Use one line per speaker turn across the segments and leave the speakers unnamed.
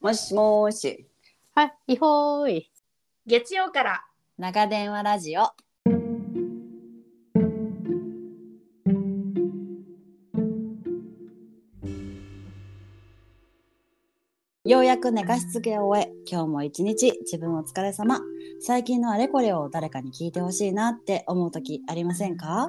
もしもーし、
はい、いほーい。
月曜から
長電話ラジオ。ようやく寝かしつけを終え、今日も一日自分お疲れ様。最近のあれこれを誰かに聞いてほしいなって思う時ありませんか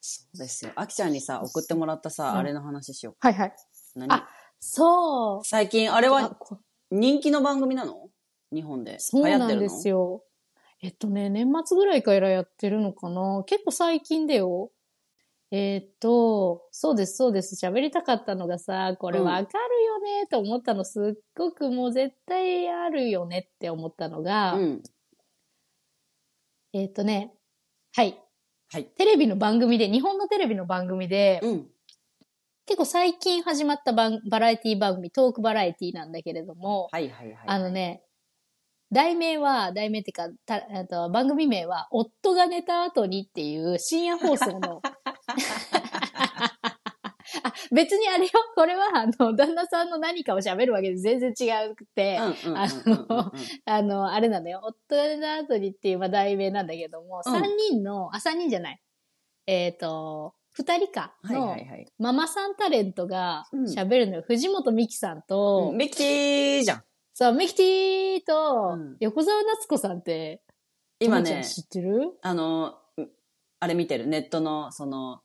そうですよ。あきちゃんにさ、送ってもらったさ、
うん
あれの話しよ
はいはい。
う。何
あそう。
最近、あれ
あ
は
こ
人気の番組なの日本で。
そう
流行
な
って
ん
る
で
の
すよ。えっとね、年末ぐらいからやってるのかな。結構最近だよ。えっと、そうです、そうです。喋りたかったのがさ、これ
うん
わかるよねと思ったの、すっごくもう絶対あるよねって思ったのが、
うん。
えっとね、はい。
はい。
テレビの番組で、日本のテレビの番組で、
うん。
結構最近始まった番バラエティ番組、トークバラエティなんだけれども、
はいはいはい。
あの。ね、題名は、題名っていうか、たえっと番組名は、夫が寝た後にっていう深夜放送 の。あ、別にあれよ、これは、あの、旦那さんの何かを喋るわけで全然違く
う
て、
んうんうん
あ
うんうん
のあの、あれなのよ、夫が寝た後にっていう、まあ、題名なんだけども、
うん
3人の、あ、3人じゃない。えっ、と、2人か
うん。はい
の、
はいはい。
ママさんタレントが
うん
喋るのよ、藤本美貴さんと、
ミッキーじゃん。
そう、ミキティと
うん、
横澤夏子さんって、
今
とも
ね
ちゃん、知ってる
あの、うあれ見てる。ネットの、その、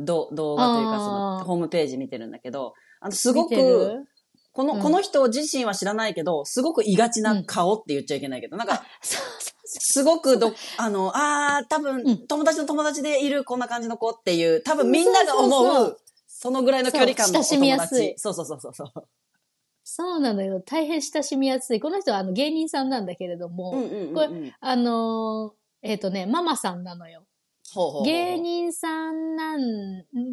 ど動画というか、その、
あー
ホームページ見てるんだけど、あの、すご
見て
く、
る
この、
うん
この人自身は知らないけど、すごくいがちな顔って言っちゃいけないけど、なんか、
そうそうそ
すごくど、あの、あー、多
う
分、
ん
友達の友達でいるこんな感じの子っていう、多分みんなが思う、
そう
そ
そうそう
のぐらいの距離感のお友達。
そう親しみやすい
そうそうそうそうそう。
う。そうなのよ。大変親しみやすい。この人はあの芸人さんなんだけれども、
うんうんうんうん
こあのーえっ、とね、ママさんなのよ。
ほうほうほう
芸人さんなん、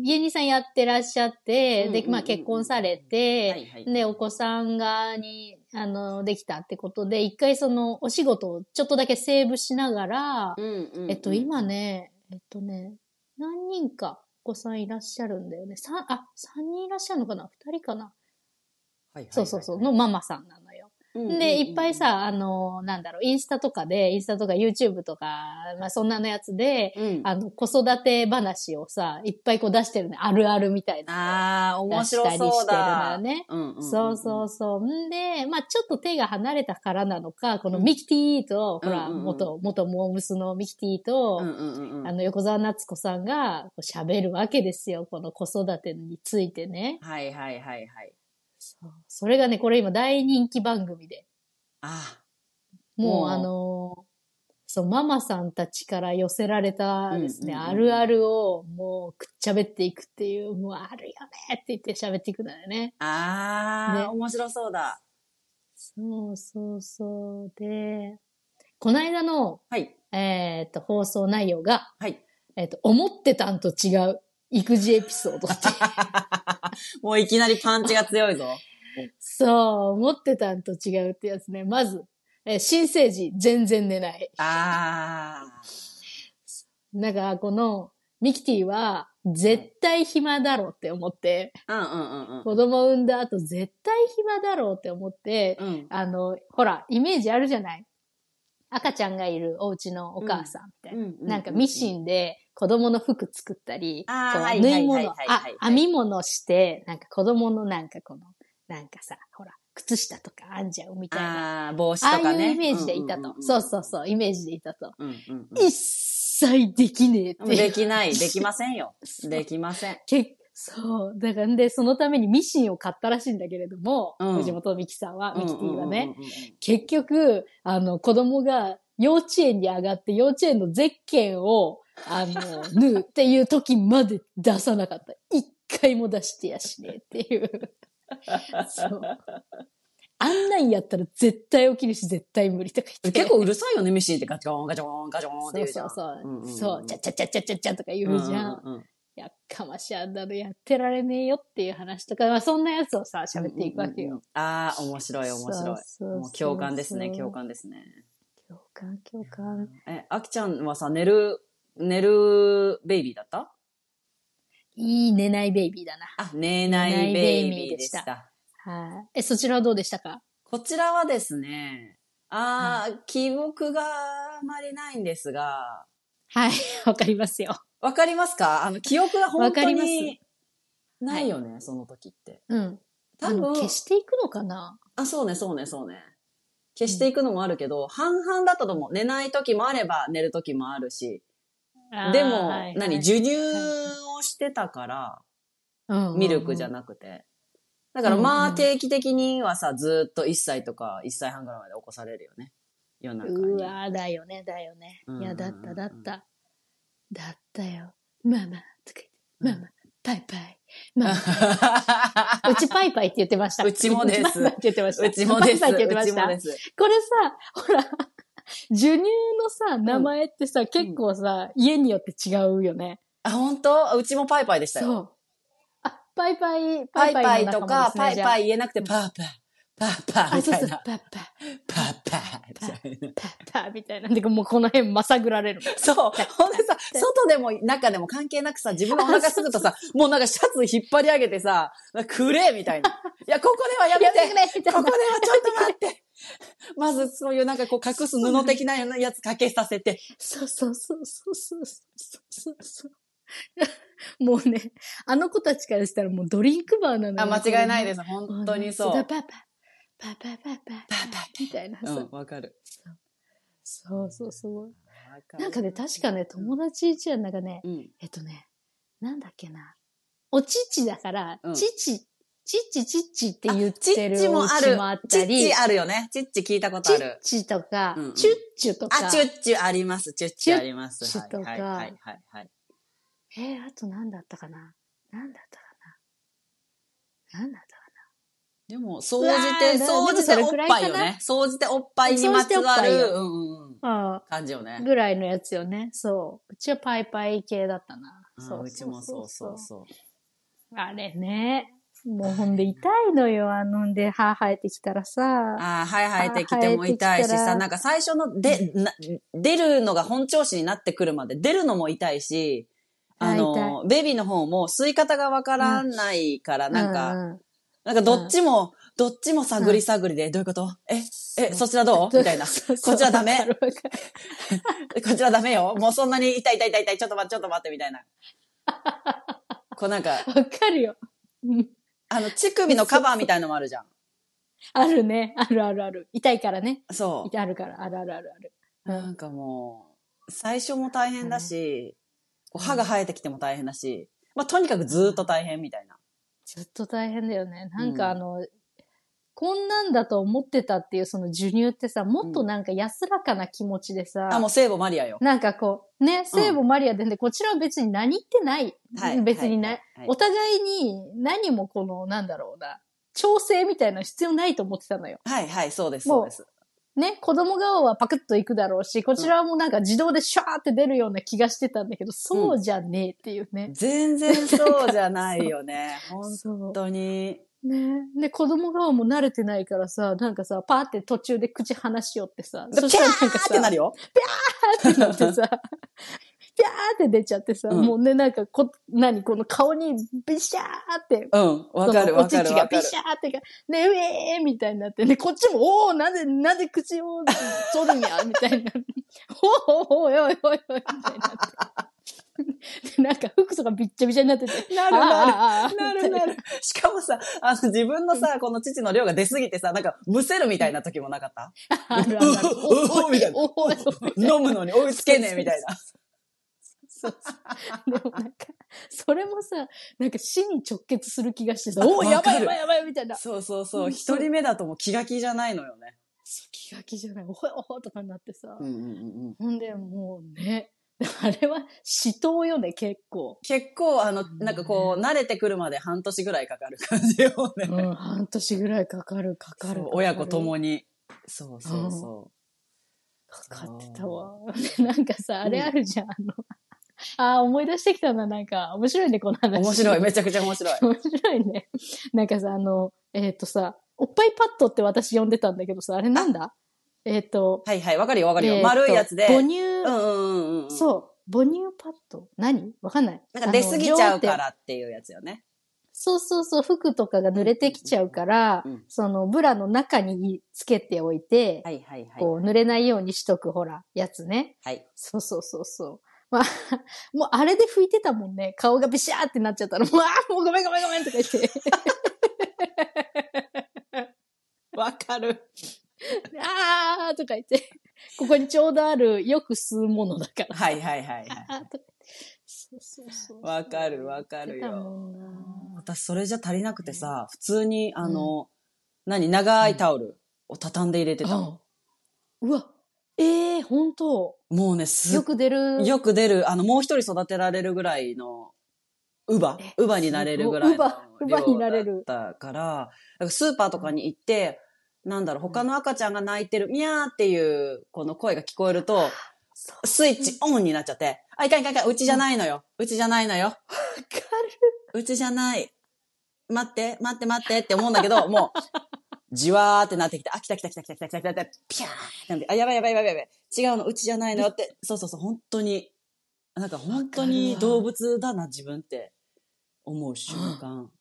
芸人さんやってらっしゃっ
うん
て、
うんうん
で、まあ結婚され
は
て、
いはい、
で、お子さんが、に、あの、できたってことで、一回その、お仕事をちょっとだけセーブしながら、
うんうんうん
えっと、今。ね、えっとね、何人かお子さんいらっしゃるんだよね。三あ、三人いらっしゃるのかな二人かな、
はいはいはい
そうそうそう、のママさんなのよ。
うんうんうん
で、いっぱい、さ、あの、なんだろう、インスタとかで、インスタとか YouTube とか、まあそんなのやつで、
うん、あ
あの、子育て話をさ、いっぱいこう出してるね。あるあるみたいな。
あー、面白
出した
そ
りし
う
てるの
だ。
よね。
うんうんうん
そうそうそう。んで、まあちょっと手が離れたからなのか、このミキティと、ほら、
うんうんうん
元、元モームスのミキティと、
うんうんうんうん
あの、横澤夏子さんがこう喋るわけですよ。この子育てについてね。
はいはいはいはい。
そうそれがね、これ今大人気番組で。
あも
も
う
うあのーそう、ママさんたちから寄せられたですね、
うんうんうん
あるあるをもうくっちゃべっていくっていう、もうあるよねって言って喋っていくのよね。
ーあー、
ね
面白そうだ。
そうそうそう。で、この間の、
はい。
えーっと、放送内容が、
はい。
えーっと、思ってたんと違う育児エピソード っていう
もういきなりパンチが強いぞ。
そう、思ってたんと違うってやつね。まず、えー新生児、全然寝ない。
ああ。
なんか、この、ミキティは、絶対暇だろうって思って、
うんうん
子供産んだ後、絶対暇だろうって思って、
うんうん。うん。
あの、ほら、イメージあるじゃない赤ちゃんがいるお家のお母さんって。なんかミシ
ン。
ンで子供の服作ったり、
あー
こう
はい
縫い物、
はいはいはい
あ
はい、
編み物して、なんか子供のなんかこの、なんかさ、ほら、靴下とか編んじゃうみたいな。
ああ、帽子と
あ
か
あ
ね。
いうイメージでいたと。そうそう
う。
そう、イメージでいたと。
うんうん
一切できねえって
うん、
いう。
できない。できませんよ。できません。
けそう。だからんで、そのためにミシンを買ったらしいんだけれども、
うん
藤本美貴さんは、ミキティはね。
うんうんうんうん。
結局、あの、子供が幼稚園に上がって、幼稚園のゼッケンを、あの、縫うっていう時まで出さなかった。一回も出してやしねえっていう。そう。あんなんやったら絶対起きるし、絶対無理とか言って。
結構うるさいよね、ミシンってガチョン、ガチョン、ガチョンっ
そう
て言うじ
そ
ゃん。
うそう。
んんん
そう、ちゃちゃちゃちゃちゃちゃとか言うじゃん。
うんうんうん
やっかましいあんなのやってられねえよっていう話とか、まあそんなやつをさ、喋っていくわけよ。
ああ、面白い、面白い。
そうそう
も
そう
う共感ですね、共。感ですね。
共感、共感。
え、あきちゃんはさ、寝る、寝るベイビーだった
いい寝ないベイビーだな。
あ、寝ないベイビ
寝ないベイ
ーでし。
ビーでしたはい。え、そちらはどうでしたか
こちらはですね、ああ、記憶があまりないんですが、
はい。 わかりますよ。
わかりますかあの、記憶が本当
わかり
にないよね、その時って。
うん。
多
あの
分
消、していくのかな
あ、そうね、そうね、そうね。消していくのもあるけど、半々だったと思う。寝ない時もあれば、寝る時もあるし。でも、何、授乳をしてたから、ミルクじゃ
い。
なくて。だから
う
ま
ん
あ
うん
定期的にはさ、ずーっと1歳とか1歳半ぐらいまで起こされるよね。夜中に。
うわーだよね、だよね。いや、だった、だった。だったよ。ママ、とか言って、ママ、パイパイ。ママ、うちパイパイって言ってました。
うちもです
パイパイって言ってました。
うちもです。
パイパイって言って
う
ま
ち
した。
も
こ
です。
れさ、ほら、授乳のさ、名前ってさ、結構さ、家によって違うよね。
あ、本当うちもパイパイでしたよ。
そう。あ、パイパイ、
パイパイとか、パイパ
イ
イ言えなくて、パーパー、パーパ
の仲間
ー
ですね。じゃああ、そう
みたい
そう
な、。
パッパ、
パーパーみたいな。
パッパ、みたいな。で、もうこの辺まさぐられる。
そう。ほんでさ、外でも中でも関係なくさ、自分のお腹すぐ とさ、もうなんかシャツ引っ張り上げてさ、くれ みたいな。いや、ここではやめて
やめてくれみたいな
ここではちょっと待ってまずそういうなんかこう隠す布的なやつかけさせて。
そうそうそうそうそうそうそうそう。もうね、あの子たちからしたらもうドリンクバーなの
あ、間違いない
す
です。本当にそう。
だ
パ
パパ、パパパパ、パ
パ
みたいな
う
さ。
ん、わかる。
そうそうそう。
わる
なんかね、確かね、友達一覧なんかね、
うん。
えっとね、なんだっけな。お乳だから、
うん
乳、乳、乳乳って言っ
チ
て
ッ
る
チも
お
あ
家もあっ
る。チ
た
ッ
り
チ、あるよね。チッチ聞いたこと
チ
あ
ッ
る。
チとか
うんう、ん
チュッチュとか
あ、、チュッチュあります。チュッチュあります。
チュッチュとか
はいはいはいはい。
えー、あとなんだったかななんだったかななんだったか
でも、総じて、
うわー
総じて
で
お
も
っ
それくらいかな
ぱいよね。総じておっぱいにまつ
総じておっ
わる、
ぱい
うんうんうん、
なあ
感じよ
あ、
ね。
ぐらいのやつよね。そう。うちはパイパイ系だったな。
うんうちもそうそうそう。
あれね。もうほんで痛いのよ。あのんで歯生えてきたらさ。
ああ、はい生えてきても痛い
生えて
し
きた
さ、
ら
なんか最初ので、な出るのが本調子になってくるまで出るのも痛いし、あの、ベビーの方も吸い方がわからないから、なんか、
うん
なんかどっちも、どっちも探り探りで、どういうことえ、え、そちらどうみたいな。こ
そうそう
っちはダメ
わかるわかる
ちらダメよ。もうそんなに痛い痛い痛い痛い、ちょっと待って、ちょっと待って、みたいな。こうなんか、
わかるよ。うん
あの、乳首のカバーみたいのもあるじゃん。
あるね。あるあるある。痛いからね。
そう。
あるから。あるあるあるある。
なんかもう、最初も大変だし、こう歯が生えてきても大変だし、まあとにかくずーっと大変みたいな。
ずっと大変だよね。なんかあの、こんなんだと思ってたっていうその授乳ってさ、もっとなんか安らかな気持ちでさ、
あ、もう聖母マリアよ。
なんかこう、ね、聖母マリアで、でこちらは別に何言ってない。
はい
別にな、
はいはい
お互いに何もこの、なんだろうな、調整みたいなの必要ないと思ってたのよ。
はいはい、そうです、
もう
そうです。
ね、子供側はパクッと行くだろうし、こちらはもうなんか自動でシャーって出るような気がしてたんだけど、そうじゃねえっていうね。
全然そうじゃないよね。本
そう
当に。
ねで、子供側も慣れてないからさ、なんかさ、パーって途中で口離しよってさ、
でピャ
したらなん
ーってなるよ。
パーってなってさ、ピャーって出ちゃってさ、
うん
もうね、なんかこ、何、この顔にビシャーって、
うん、わか
そ
る
のお
わ
乳
かる
が
わ
ビ
かる
シ。ャーってか、ね、うえーみたいになって、ね、こっちも、おー、なんで、なんで口を取るんや、みたいな。おー、おー、おいおいおいおい、みたいになって。で、なんか服とかびっちゃびちゃになってて。
なるなる
あーあーあー
なるなる。 しかもさ、あの自分のさ、この父の量が出すぎてさ、なんか、むせるみたいな時もなかった
あるあるある。
うおうみたいな
おおみたいな
飲むのに追いつけねえみたいな。
そうそう。でもなんか、それもさ、なんか死に直結する気がしてさ、
あ
おお、や
わ
ば
か
い
る
やばいやばいみたいな。
そうそうそう。一人目だともう気が気じゃないのよね。
気が気じゃない。おほおほとかになってさ。
うんうんうんうん。
ほんで、もうね、あれは死闘よね、結構。
結構、あの、なんかこう、慣れてくるまで半年ぐらいかかる感じよ ね。
うん、半年ぐらいかかる、かかる。
そう親子と
に。
もに。そうそうそ
かかってたわ。 でなんかさ、あれあるじゃん、あの、あー思い出してきたな、なんか、面白いね、この
う。
話。
面白い。めちゃくちゃ面白い。
面白いね。なんかさ、あの、えっ、とさ、おっぱいパッドって私呼んでたんだけどさ、あれなんだえっ、と、
はいはい、わかるよわかる
えー
よ。
と
丸いやつで。
母乳、
うんうんうんうん。う。
そう、母乳パッド何わかんない。
なんか出過ぎちゃうか
あの。両手
らっていうやつよね。
そうそうそう、服とかが濡れてきちゃうから、
うんうんうん
その、ブラの中につけておいて、
はいはいはい。
こう、濡れないようにしとく、ほら、やつね。
はい。
そうそうそうそう。まあ、 もうあれで拭いてたもんね。顔がビシャーってなっちゃった ら、もう、あーもうごめんごめんごめんとか言って、
わかる。
あーとか言って、ここにちょうどある、よく吸うものだから。
はいはいはいはい。
あーとかそうそうそう。
わかるわかるよ
やってたもんな
私それじゃ足りなくてさ、普通にあの、何、長いタオルを畳んで入れてた。
あうわ、ええー、本当
もうね、すっ
よく出る。
よく出る、あの、もう一人育てられるぐらいの、乳母
え
乳母になれるぐらい
す
の
ごい乳母乳母になれる
量だったから、だからスーパーとかに行って、なんだろう、他の赤ちゃんが泣いてる、ミャーっていう、この声が聞こえると、
そう
スイッチオンになっちゃって、あ、いかんいかんいかん、うちじゃないのよ。うちじゃないのよ。
わか
うちじゃない。待って、待って、待ってって思うんだけど、もう、じわーってなってきて、あ、来た来た来た来た来た来た来た来た、ピャーってなんで、あ、やばいやばいやばいやばい。違うの、うちじゃないのって、そうそうそう、本当に、なんか本当に
わかるわ
動物だな、自分って思う瞬間。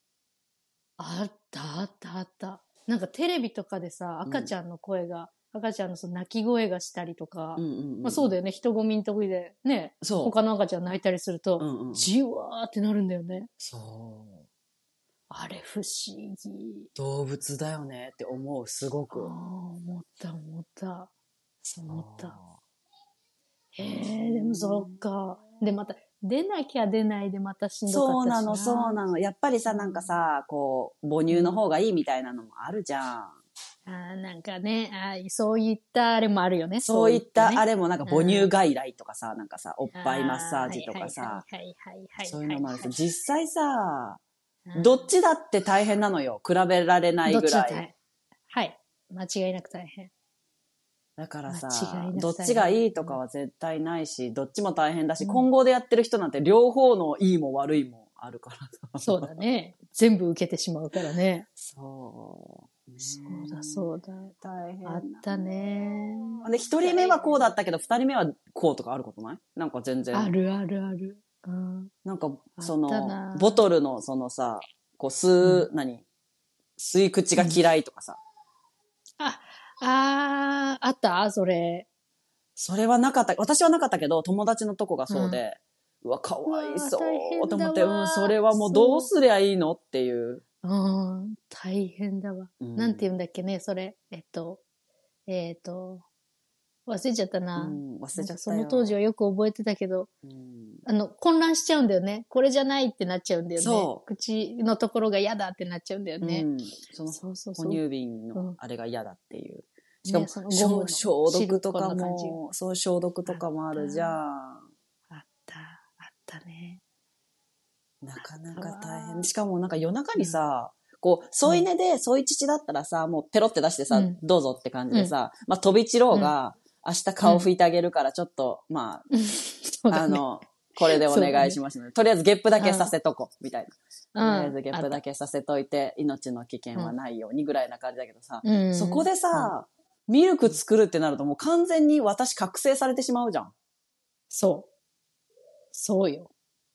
あったあったあった。なんかテレビとかでさ、赤ちゃんの声が、赤ちゃんのその泣き声がしたりとか、
うんうんうん。
まあそうだよね、人混みのとこでね、
そう。
他の赤ちゃん泣いたりすると、
うんうん。
じわーってなるんだよね。
そう。
あれ不思議。
動物だよねって思う、す
あ
ご
あ、
く。
思った思った。そう思った。
あ
へえ、でもそっか。で、また、出なきゃ出ないでまたし
ー。
んどか
そ
っ
う
たし
なの、そうなの。やっぱりさ、なんかさ、こう、母乳の方がいいみたいなのもあるじゃん。
あーなんかねあー、そういったあれもあるよね。
そういった、あ
れ
れもなんか母乳外来とかさ、なんかさ、おっぱいマッサージとかさ、
はいはいはいはいはいはいはいはい
そういうのもあるし、実際さ、
うん
どっちだって大変なのよ。比べられない
どっ
ぐ
ちだ
ら
って
い。
はい。間違いなく大変。
だからさ
間違いな、く
どっ
大変
ちがいいとかは絶対ないし、どっちも大変だし、
うん
混合でやってる人なんて両方のいいも悪いもあるからさ。
そうだね。全部受けてしまうからね。
そう。
そうだそうだ。
大変な
あったね。
で、一人目はこうだったけど、二人目はこうとかあることないなんか全然。
あるあるある。うん。
なんか、
あ
そ
ったな
の、ボトルの、そのさ、こう、吸う、何吸い口が嫌いとかさ。
あー、あったそれ。
それはなかった。私はなかったけど、友達のとこがそうで、うわ、かわいそう
うわ大変だわ
と思って、うん、それはもうどうすりゃいいのっていう。
うん。大変だわ。
うん
なんて言うんだっけね、それ。えっと、えっと、忘れちゃった
う
な。
ん、忘
な
れ
ん
ち
か
ゃったよ。
その当時はよく覚えてたけど、
うん
あの、混乱しちゃうんだよね。これじゃないってなっちゃうんだよね。
そう
口のところが嫌だってなっちゃうんだよね
う。んその、
そうそうそう
哺。乳瓶
う
の
ん
あれが嫌だっていう。しかも、
ねそのゴムの
消毒とか
シルコの感じが
も、そう、消毒とかもあるじゃん。
あった、あった ね。
なかな
あ
か
ったわ
大変。しかもなんか夜中にさ、こう、添い寝で添い乳だったらさ、もうペロって出してさ、
うん
どうぞって感じでさ、まあ、飛び散ろうが、明日顔拭いてあげるから、ちょっと、ま
そう
あ、あ
だね。
の、これでお願いしますので、とりあえずゲップだけさせとこう、みたいな。とりあえずゲップだけさせといて、命の危険はないようにぐらいな感じだけどさ、
け
そこでさ、ミルク作るってなるともう完全に私覚醒されてしまうじゃん。
そう。そうよ。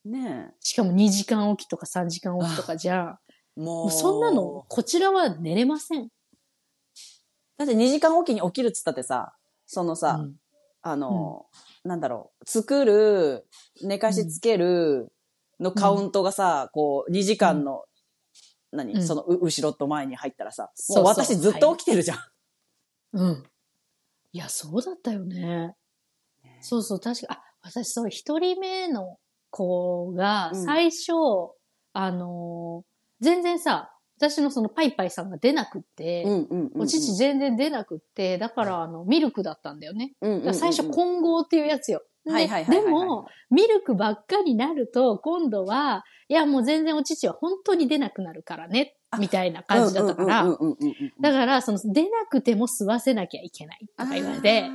ね
しかも2時間おきとか3時間おきとかじゃ、
え。も
も
う。
うそんなの、こちらは寝れません。
だって2時間おきに起きるっつったってさ、そのさ、
うん
あの、なんだろう、作る、寝かしつけるのカウントがさ、こう、2時間の、何、
うん
そのう、後ろと前に入ったらさ、
そ
も
う
う
そう
私ずっと起きてるじゃん。
うん。いや、そうだったよね。そうそう、確か、あ、私そう、一人目の子が、
うん
最初、あのー全然さ、私のそのパイパイさんが出なくって、
んうんうん
お乳全然出なくって、だからあの、ミルクだったんだよね。
うんうんうん
だから最初混合っていうやつよ。で
はいはいはいはい
でも、ミルクばっかになると、今度は、いや、もう全然お乳は本当に出なくなるからね、みたいな感じだったから、
うんうんうんうんうん
だから、その、出なくても吸わせなきゃいけないとか言われて、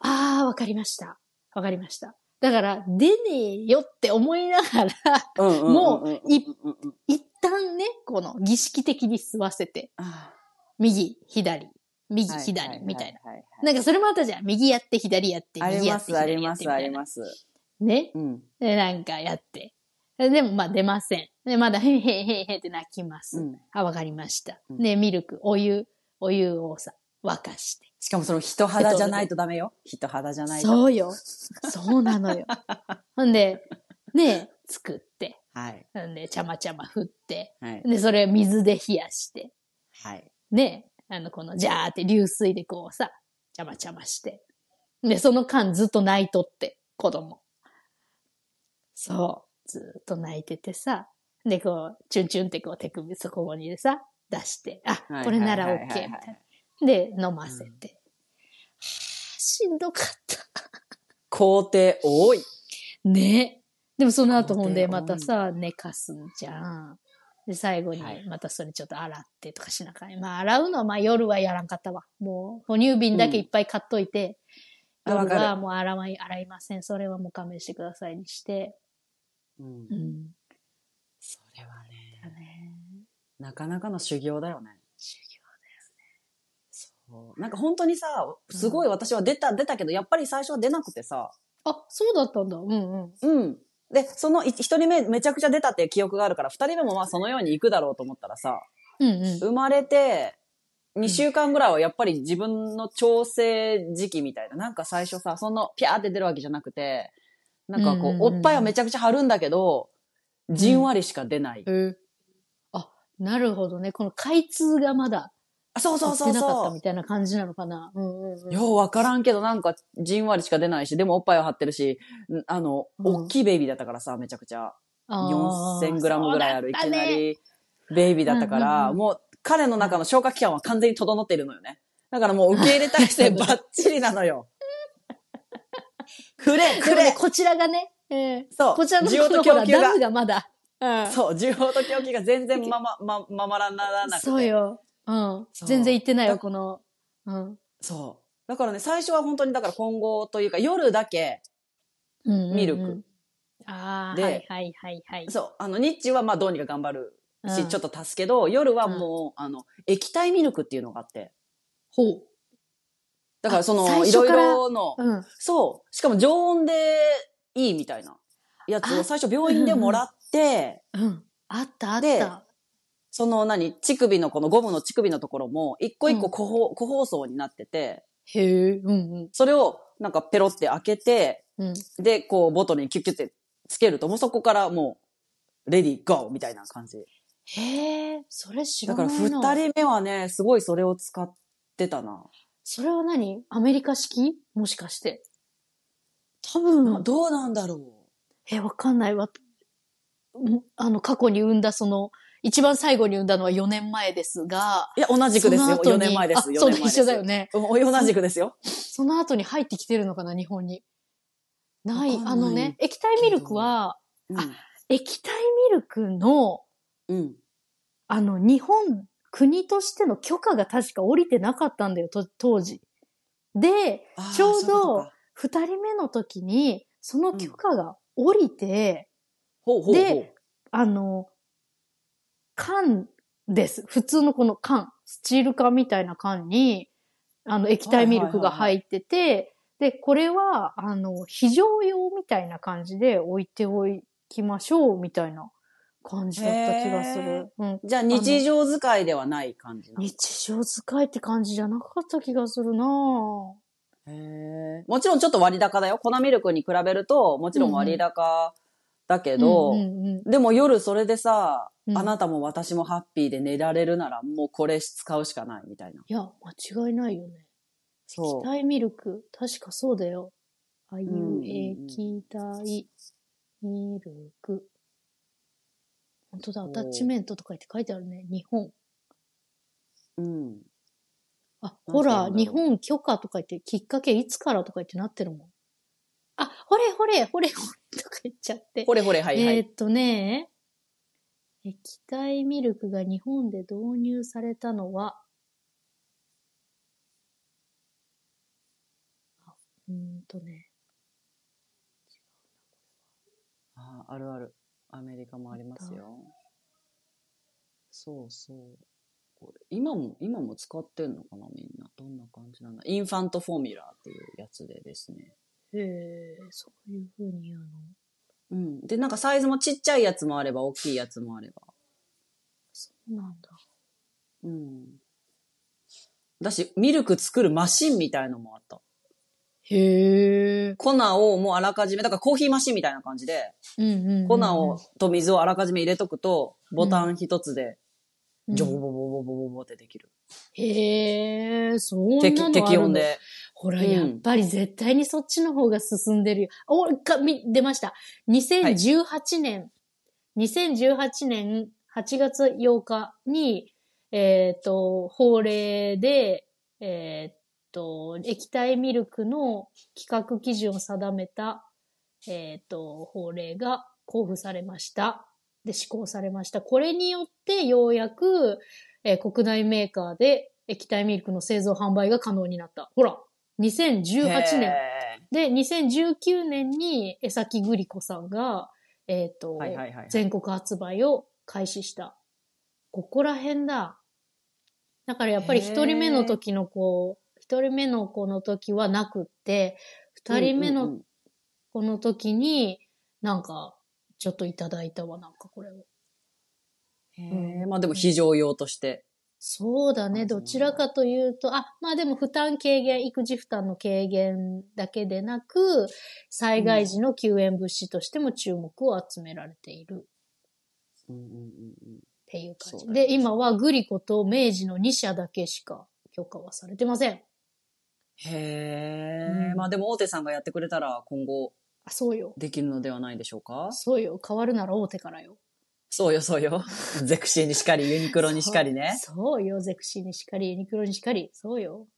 あー、わかりました。わかりました。だから、出ねえよって思いながら、
あーうんうんうんうん
もうい
うんうんうん
一旦ね、この儀式的に吸わせて、
あ
右、左、右、
ー
左、みたいな。。
はははいはい
なんかそれもあったじゃん。右やって、左やって、
あ
右
り
や
ま
って、
す、あ
左
り
や
ま
って。
す、あり
みたいな
ます。
ね。
うん。
で、なんかやって。でも、まあ出ません。で、まだ、へいへいへいへいって泣きます。
うん
あ、わかりました。
うん
で、ミルク、お湯、お湯をさ、沸かして。
しかもその人肌じゃないとダメよ。人肌じゃないと。
そうよ。そうなのよ。ほんで、ね、作って。
はい。
ほんで、ちゃまちゃま振って。
はい。
で、それ水で冷やして。
はい。
ね、あの、この、ジャーって流水でこうさ、ちゃまちゃまして。で、その間ずっと泣いとって、子供。そう。ずっと泣いててさ、で、こう、チュンチュンってこう手首そこにでさ、出して、あ、
はい
これなら
はい
OK
は
み
いは
た
い
い
は。
ないで、飲ませて。しんどかった。
工程多い。
ね。でもその後ほんで
工
ま
程多い
たさ、寝かすんじゃん。で、最後に
はい
またそれちょっと洗ってとかしなかい。まあ洗うのはまあ夜はやらんかったわ。もう哺乳瓶だけいっぱい買っといて、
うんあわ
夜
かる
はもう洗わい、洗いません。それはもう勘弁してくださいにして。
うん
うん。
それはね、なかなかの修行だよね。
修
そう。なんか本当にさ、すごい私は出た、出たけど、やっぱり最初は出なくてさ。
行あ、そうだったんだ。うんうん。
うん。で、その一一人目めちゃくちゃ出たっていう記憶があるから、二人目もまあそのように行くだろうと思ったらさ、
うんうん。
生まれて、2週間ぐらいはやっぱり自分の調整時期みたいな。なんか最初さ、そんなピャーって出るわけじゃなくて、なんかこ
うんうんう
う、
ん
おっぱいはめちゃくちゃ張るんだけど、じんわりしか出ない。
えあ、なるほどね。この開通がまだ
あそうそう
し
そ
て
う
なかっ
そ
た
う
み。たいな感じなのかな。うんうんうん。
ようわからんけど、なんか、じんわりしか出ないし、でもおっぱいは張ってるし、んあの、
うん
大きいベイビーだったからさ、めちゃくちゃ。
あー
4000グラムぐらいある、い
そうだ
き
った
な
ね
り、ベイビーだったか
うんうん
ら、
うん
もう、彼の中の消化器官は完全に整っているのよね。だからもう受け入れ 体制バッチリなのよ。くれ、
で
く
もね
れ、
こちらがね、ええ
そう
こちらの
需要
方
と
の
供
ほ
給が
ら、ダムがまだ。うん
そう、需要と供給が全然まま、ま、ままらならなくて。
そう。よ。うん。
そう
全然行ってないよ、
だ
この。うん。
そう。だからね、最初は本当にだから混合というか、夜だけ、
うんうんうん
ミルク。
ああ、
で
はいはいはいはい。
そう、あの、日中はまあどうにか頑張る
うん
し、ちょっと足すけど、夜はもう、あの、液体ミルクっていうのがあって。
ほ
だからそ
あ
の、
最
い
初
ろい
から
ろの、
う。うん。
そう、しかも常温でいいみたいなやつを
あ
最初病院でもらって、
うん。あったあっ
で
た。
その何、乳首のこのゴムの乳首のところも、一個一
う
個
ん
個包、個包装になってて、
へえ、うんうん。
それをなんかペロって開けて、
うん。
で、こうボトルにキュッキュってつけると、もうそこからもう、レディーゴーみたいな感じ。
へえ、それ知
だ
ら
か
ない
ら
な。
二人目はね、すごいそれを使ってたな。
それは何アメリカ式もしかして。多
まあ
分、
どうなんだろう。
え、わかんないわ。うんあの、過去に産んだその、一番最後に産んだのは4年前ですが、
いや、同じくです
その
よ。
後
4
に
年前です。4
あ、そうだ、
年前で
一
す
緒だよ。ね。
うんお同じくですよ。
その後に入ってきてるのかな、日本に。ない、
わかんない
あのね、液体ミルクは、
う
液体ミルクの、
ん。うん。
あの、日本、国としての許可が確か降りてなかったんだよ、と当時。で、
あー
ちょう
そういうこと
ど
か、
二人目の時に、その許可が降りて、
ほうほうほう
で。あの、缶です。普通のこの缶、スチール缶みたいな缶に、あの、液体ミルクが入ってて、で、これは、あの、非常用みたいな感じで置いておきましょう、みたいな感じだった気がす
へー
る。うん。
じゃあ日常使いではない感じなの
日常使いって感じじゃなかった気がするなぁ。
へーもちろんちょっと割高だよ。粉ミルクに比べると、もちろん割高だけど、
うんうんうん
でも夜それでさ、
うん
あなたも私もハッピーで寝られるなら、もうこれ使うしかないみたいな。
いや、間違いないよね。
そ
液体ミルク。確かそうだよ。あい
んうんうん
う液体ミルク。本当だ、アタッチメントとか言って書いてあるね。日本。
う。うん。
あ、
なん
ほ
て言うんだろ
ら、
う
日本許可とか言って、きっかけいつからとか言ってなってるもん。あ、ほれほれ、ほれほれとか言っちゃって。
ほれほれ、はいはい。
えーっとね、液体ミルクが日本で導入されたのは、あうーんとね、
ああるある。アメリカもありますよ。そうそう。これ今も、今も使ってんのかな、みんな。どんな感じなんだ。インファントフォーミュラーっていうやつでですね。
へえ、そういう風に言うの
うん。で、なんかサイズもちっちゃいやつもあれば、大きいやつもあれば。
そうなんだ。
うん。だし、ミルク作るマシンみたいのもあった。
へえ。
粉をもうあらかじめ、だからコーヒーマシンみたいな感じで、
うんうんうんうん
粉を、と水をあらかじめ入れとくと、ボタン一つで、
うん
ジョボボボボボボボってできる。
へえ、そんなのあ
適
るの
適温。で。
ほら、
うん
やっぱり絶対にそっちの方が進んでるよ。お、か、み、出ました。2018年、2018年8月8日に、えっ、と、法令で、えっ、と、液体ミルクの規格基準を定めた、えっ、と、法令が交付されました。で、施行されました。これによって、ようやく、えー国内メーカーで液体ミルクの製造販売が可能になった。ほら、2018年。
へ
で、2019年に江崎グリコさんが、えっ、と、
ーはいはいはい。
全国発売を開始した。ここら辺だ。だからやっぱり
へー
一人目の時の子、一人目の子の時はなくって、二人目
うんうん
の
うん
子の時に、なんか、ちょっといただいたわ、なんかこれを。
へーまあでも非常用として。
そうだ
あ
ね。
そう
どちらかというと、あ、まあでも負担軽減、育児負担の軽減だけでなく、災害時の救援物資としても注目を集められているっ
うんうんうんうん
ていう感
そ
じ。
うだね
で、今はグリコと明治の2社だけしか許可はされてません。
へ
う
え。
ん
まあでも大手さんがやってくれたら今後
あ、そうよ。
できるのではないでしょうか
そうよ。変わるなら大手からよ。
そうよそう よ。ゼクシーにしかり、ユニクロにしかりね。
そうそうよ。ゼクシーにしかり、ユニクロにしかり。そうよ。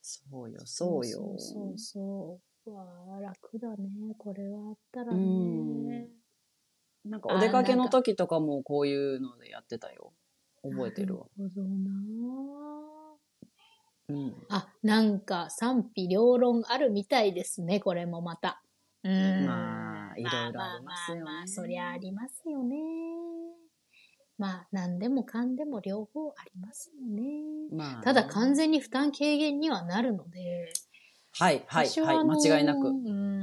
そうよそうよ。
そうそうそう。うわあ楽だね。これはあったら
うん
ね。
なんかお出かけの時とかもこういうのでやってたよ。覚えてるわ。
なるほどな
うん。
あ。あ、なんか賛否両論あるみたいですね、これもまた。うん
まあいろいろありますよ
まあまあまあ
ね
まあそりゃありますよね。まあ、何でもかんでも両方ありますよね。
まあ。
ただ完全に負担軽減にはなるので、
はい、はい、
私あ
はい、
の
間違いな
う
く。
ん、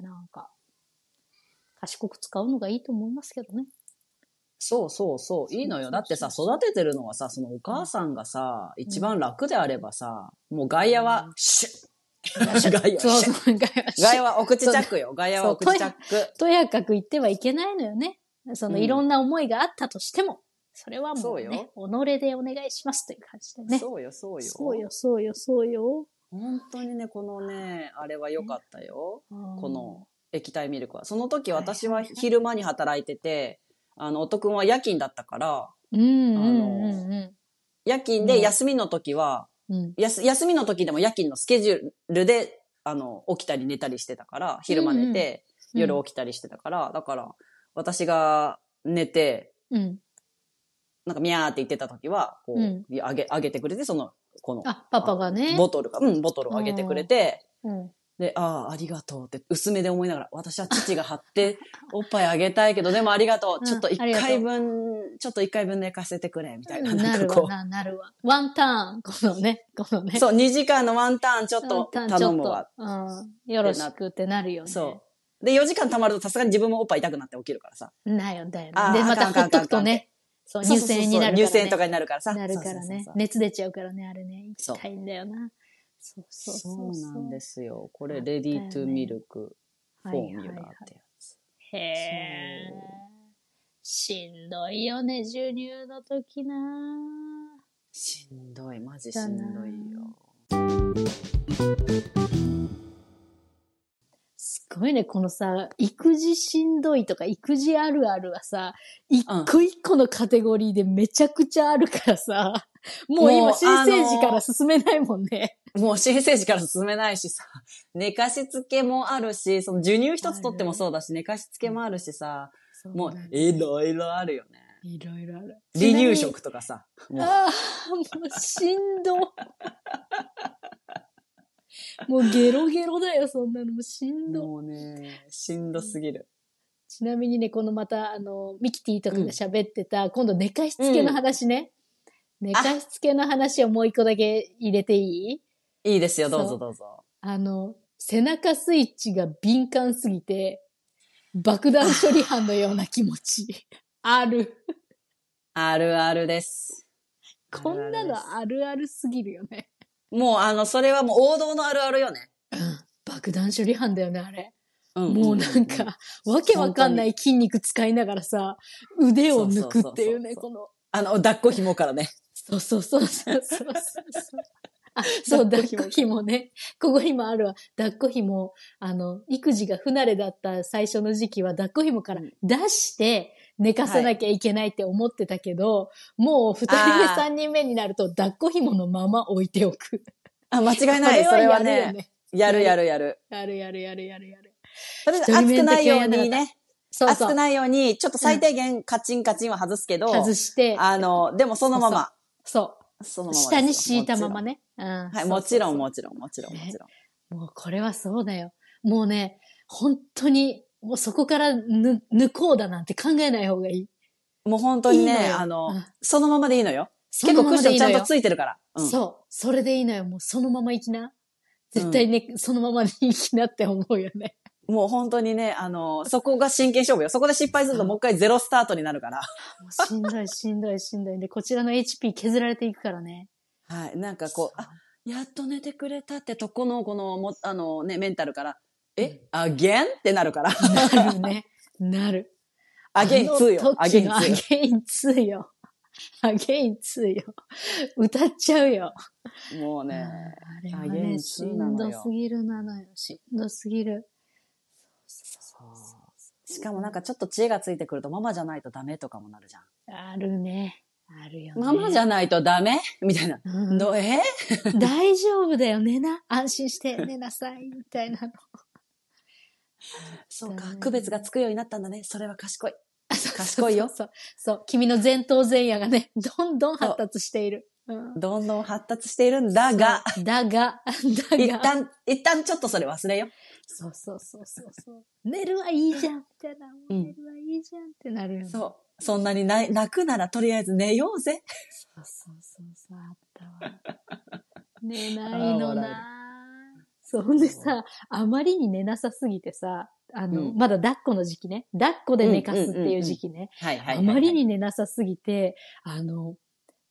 なんか、賢く使うのがいいと思いますけどね。
そうそうそう、いいのよ。だってさ、育ててるのはさ、そのお母さんがさ、一番楽であればさ、もう外野は、シュッ外 野
そう
はシ
そ
ュッ
う、外野
外野はお口チャックよ。外野はお口チャック。
とやかく言ってはいけないのよね。その
うん
いろんな思いがあったとしても、それはもうね、己でお願いしますという感じでね。
そうよ、そうよ。
そうよ、そうよ、そうよ。
本当にね、このね、あれは良かったよ。
こ
この、液体ミルクは。その時
はいはい
私は昼間に働いてて、あの、おとくんは夜勤だったから、
うんうんうんう
夜勤で休みの時は、
んうん。
やす休みの時でも夜勤のスケジュールで、あの、起きたり寝たりしてたから、昼間寝て、
うん
夜起きたりしてたから、だから、私が寝て、
うん。
なんかミャーって言ってた時は、こう、
うん
あげ、あげてくれて、その、この、
あ、パパがね。
ボトルが、うん、ボトルをあげてくれて、
うん
で、ああ、ありがとうって、薄めで思いながら、私は父が張 って、おっぱいあげたいけど、でもありがと
うん
う。ちょっと一
ありがとう
回分、ちょっと一回分寝かせてくれ、みたいな。
な
なん
る
かこ
わな、なるわ。ワンターン、このね、この
う、
ね。
そう、2時間のワンターンちょっと
ワンターンちょっと
頼むわ。
うん。よろしくってなるよね。
そう。で、4時間溜まるとさすがに自分もおっぱい痛くなって起きるからさ。
う。なよ、だよね
あー
で、ま
あか
た
んあかん
ほっとくとね。そう、乳腺になるからね。
乳腺とかになるからさ。
なるからね
そうそうそうそう
熱出ちゃうからねあれね
そう
痛いんだよなそうそうそう
そうなんですすよ。こ
あ
れ、
ったよ
レデ
ね
ィートゥミルク、フ
は
ォ
い
ー
はい
ミュ
は
ラ
い
ーってやつ。
へえ
そう
しんどいよね授乳の時な
しんどい、マジしんどい
だな
よ。
すごいねこのさ育児しんどいとか育児あるあるはさ一個一個のカテゴリーでめちゃくちゃあるからさ、もう
もう
今、新生児から進めないもんね。
もう新生児から進めないしさ、 寝かしつけもあるし、その授乳一つ取ってもそうだし、寝かしつけもあるしさ、もういろいろあるよね。
いろいろある。
離乳食とかさ。もう
ああ、もうしんど。もうゲロゲロだよ、そんなの。もうしんど。
もうね、しんどすぎる。
ちなみにね、このまた、あの、ミキティとかが喋ってた、今度寝かしつけの話ね。寝かしつけの話をもう一個だけ入れていい
いいですよ、
そう
どうぞどうぞ。
あの、背中スイッチが敏感すぎて、爆弾処理班のような気持ち。 ある。
あるあるです。
こんなのあるあるすぎるよね。
もう、あの、それはもう王道のあるあるよね。
爆弾処理班だよね、あれ。
うん
もうなんか、、わけわかんない筋肉使いながらさ、腕を抜くっていうね、
そ
この。
あの、抱っこ紐からね。
そうそうそうそうそうそう。 あ、そう、抱
抱
っ
っ
こ紐ね。ここにもあるわ。抱っこ紐。あの、育児が不慣れだった最初の時期は抱っこ紐から出して寝かせなきゃいけないって思ってたけど、もう二人目
あー
三人目になると抱っこ紐のまま置いておく。
あ、間違い ない。それ
や
は
るよ
ね、。やるやるやる。
やるやるやるやるやる。
とりあえず
一人
熱
目
く
の
ない
時は
よ
や
うん
なかった
にね、
そうそう。
熱くないように、ちょっと最低限カチンカチンは外すけど、
外して、
あの、でもそのまま、
そう。
そのままですよ。
下に敷いたまま
ね。
ね。うん
はい、もちろん、も
ち
ちろん、もちろん、もちろん。
ろん。もうこれはそうだよ。もうね、本当に、もうそこからぬ抜こうだなんて考えない方がいい。
もう本当に
いいの
ね、
よ
あ
う
の
ん、
そのままでいいのよ。
そ
結
の
構
ま
ク
ま
ッシ
で
ョ
い
ン
い
ちゃ
の
ん
よ
とついてるから。うん
そう。それでいいのよ。もうそのまま行きな。絶対ね、そのままで行きなって思うよね。
もう本当にね、あの、そこが真剣勝負よ。そこで失敗するともう一回ゼロスタートになるから。
もうしんどい、しんどい、しんどい。で、こちらの HP 削られていくからね。
はい。なんかこう、あ、やっと寝てくれたってとこの、この、も、あのね、メンタルから、え、アゲンってなるから。
なるね。なる。
アゲイン2よ。ア
ア
ゲ
ゲ
イ
イ
ン
ン
2
2
よ
よ。。アゲイン2よ。アゲイン2よ。歌っちゃうよ。
もうね。
あれは
アゲイン
ね、し
2なんの
ど
よ
すぎるなのよ。しんどすぎる。
しかもなんかちょっと知恵がついてくるとママじゃないとダメとかもなるじゃん。
あるね。あるよね。
ママじゃないとダメみたいな。
うん
どえ
大丈夫だよ。寝な。安心して寝なさい。みたいなの。
そう
ダ
か
メ。
区別がつくようになったんだね。それは賢い。賢いよ。
そうそうそう。そう。君の前頭前野がね、どんどん発達している。うん
どんどん発達しているんだが、
そうだが、だ
一
が。
旦、一旦ちょっとそれ忘れよ。
そうそうそうそうそう。寝るはいいじゃんみたいな。
うん
寝るはいいじゃんってなるよね。う
そう。そんなにな泣くならとりあえず寝ようぜ。
そうそうそう、あったわ。 寝ないの
あー笑
なぁそう、ほんでさ、あまりに寝なさすぎてさ、あの、
うん
まだ抱っこの時期ね。抱っこで寝かすっていう時期ね。
はいはいはい、
あまりに寝なさすぎて、あの、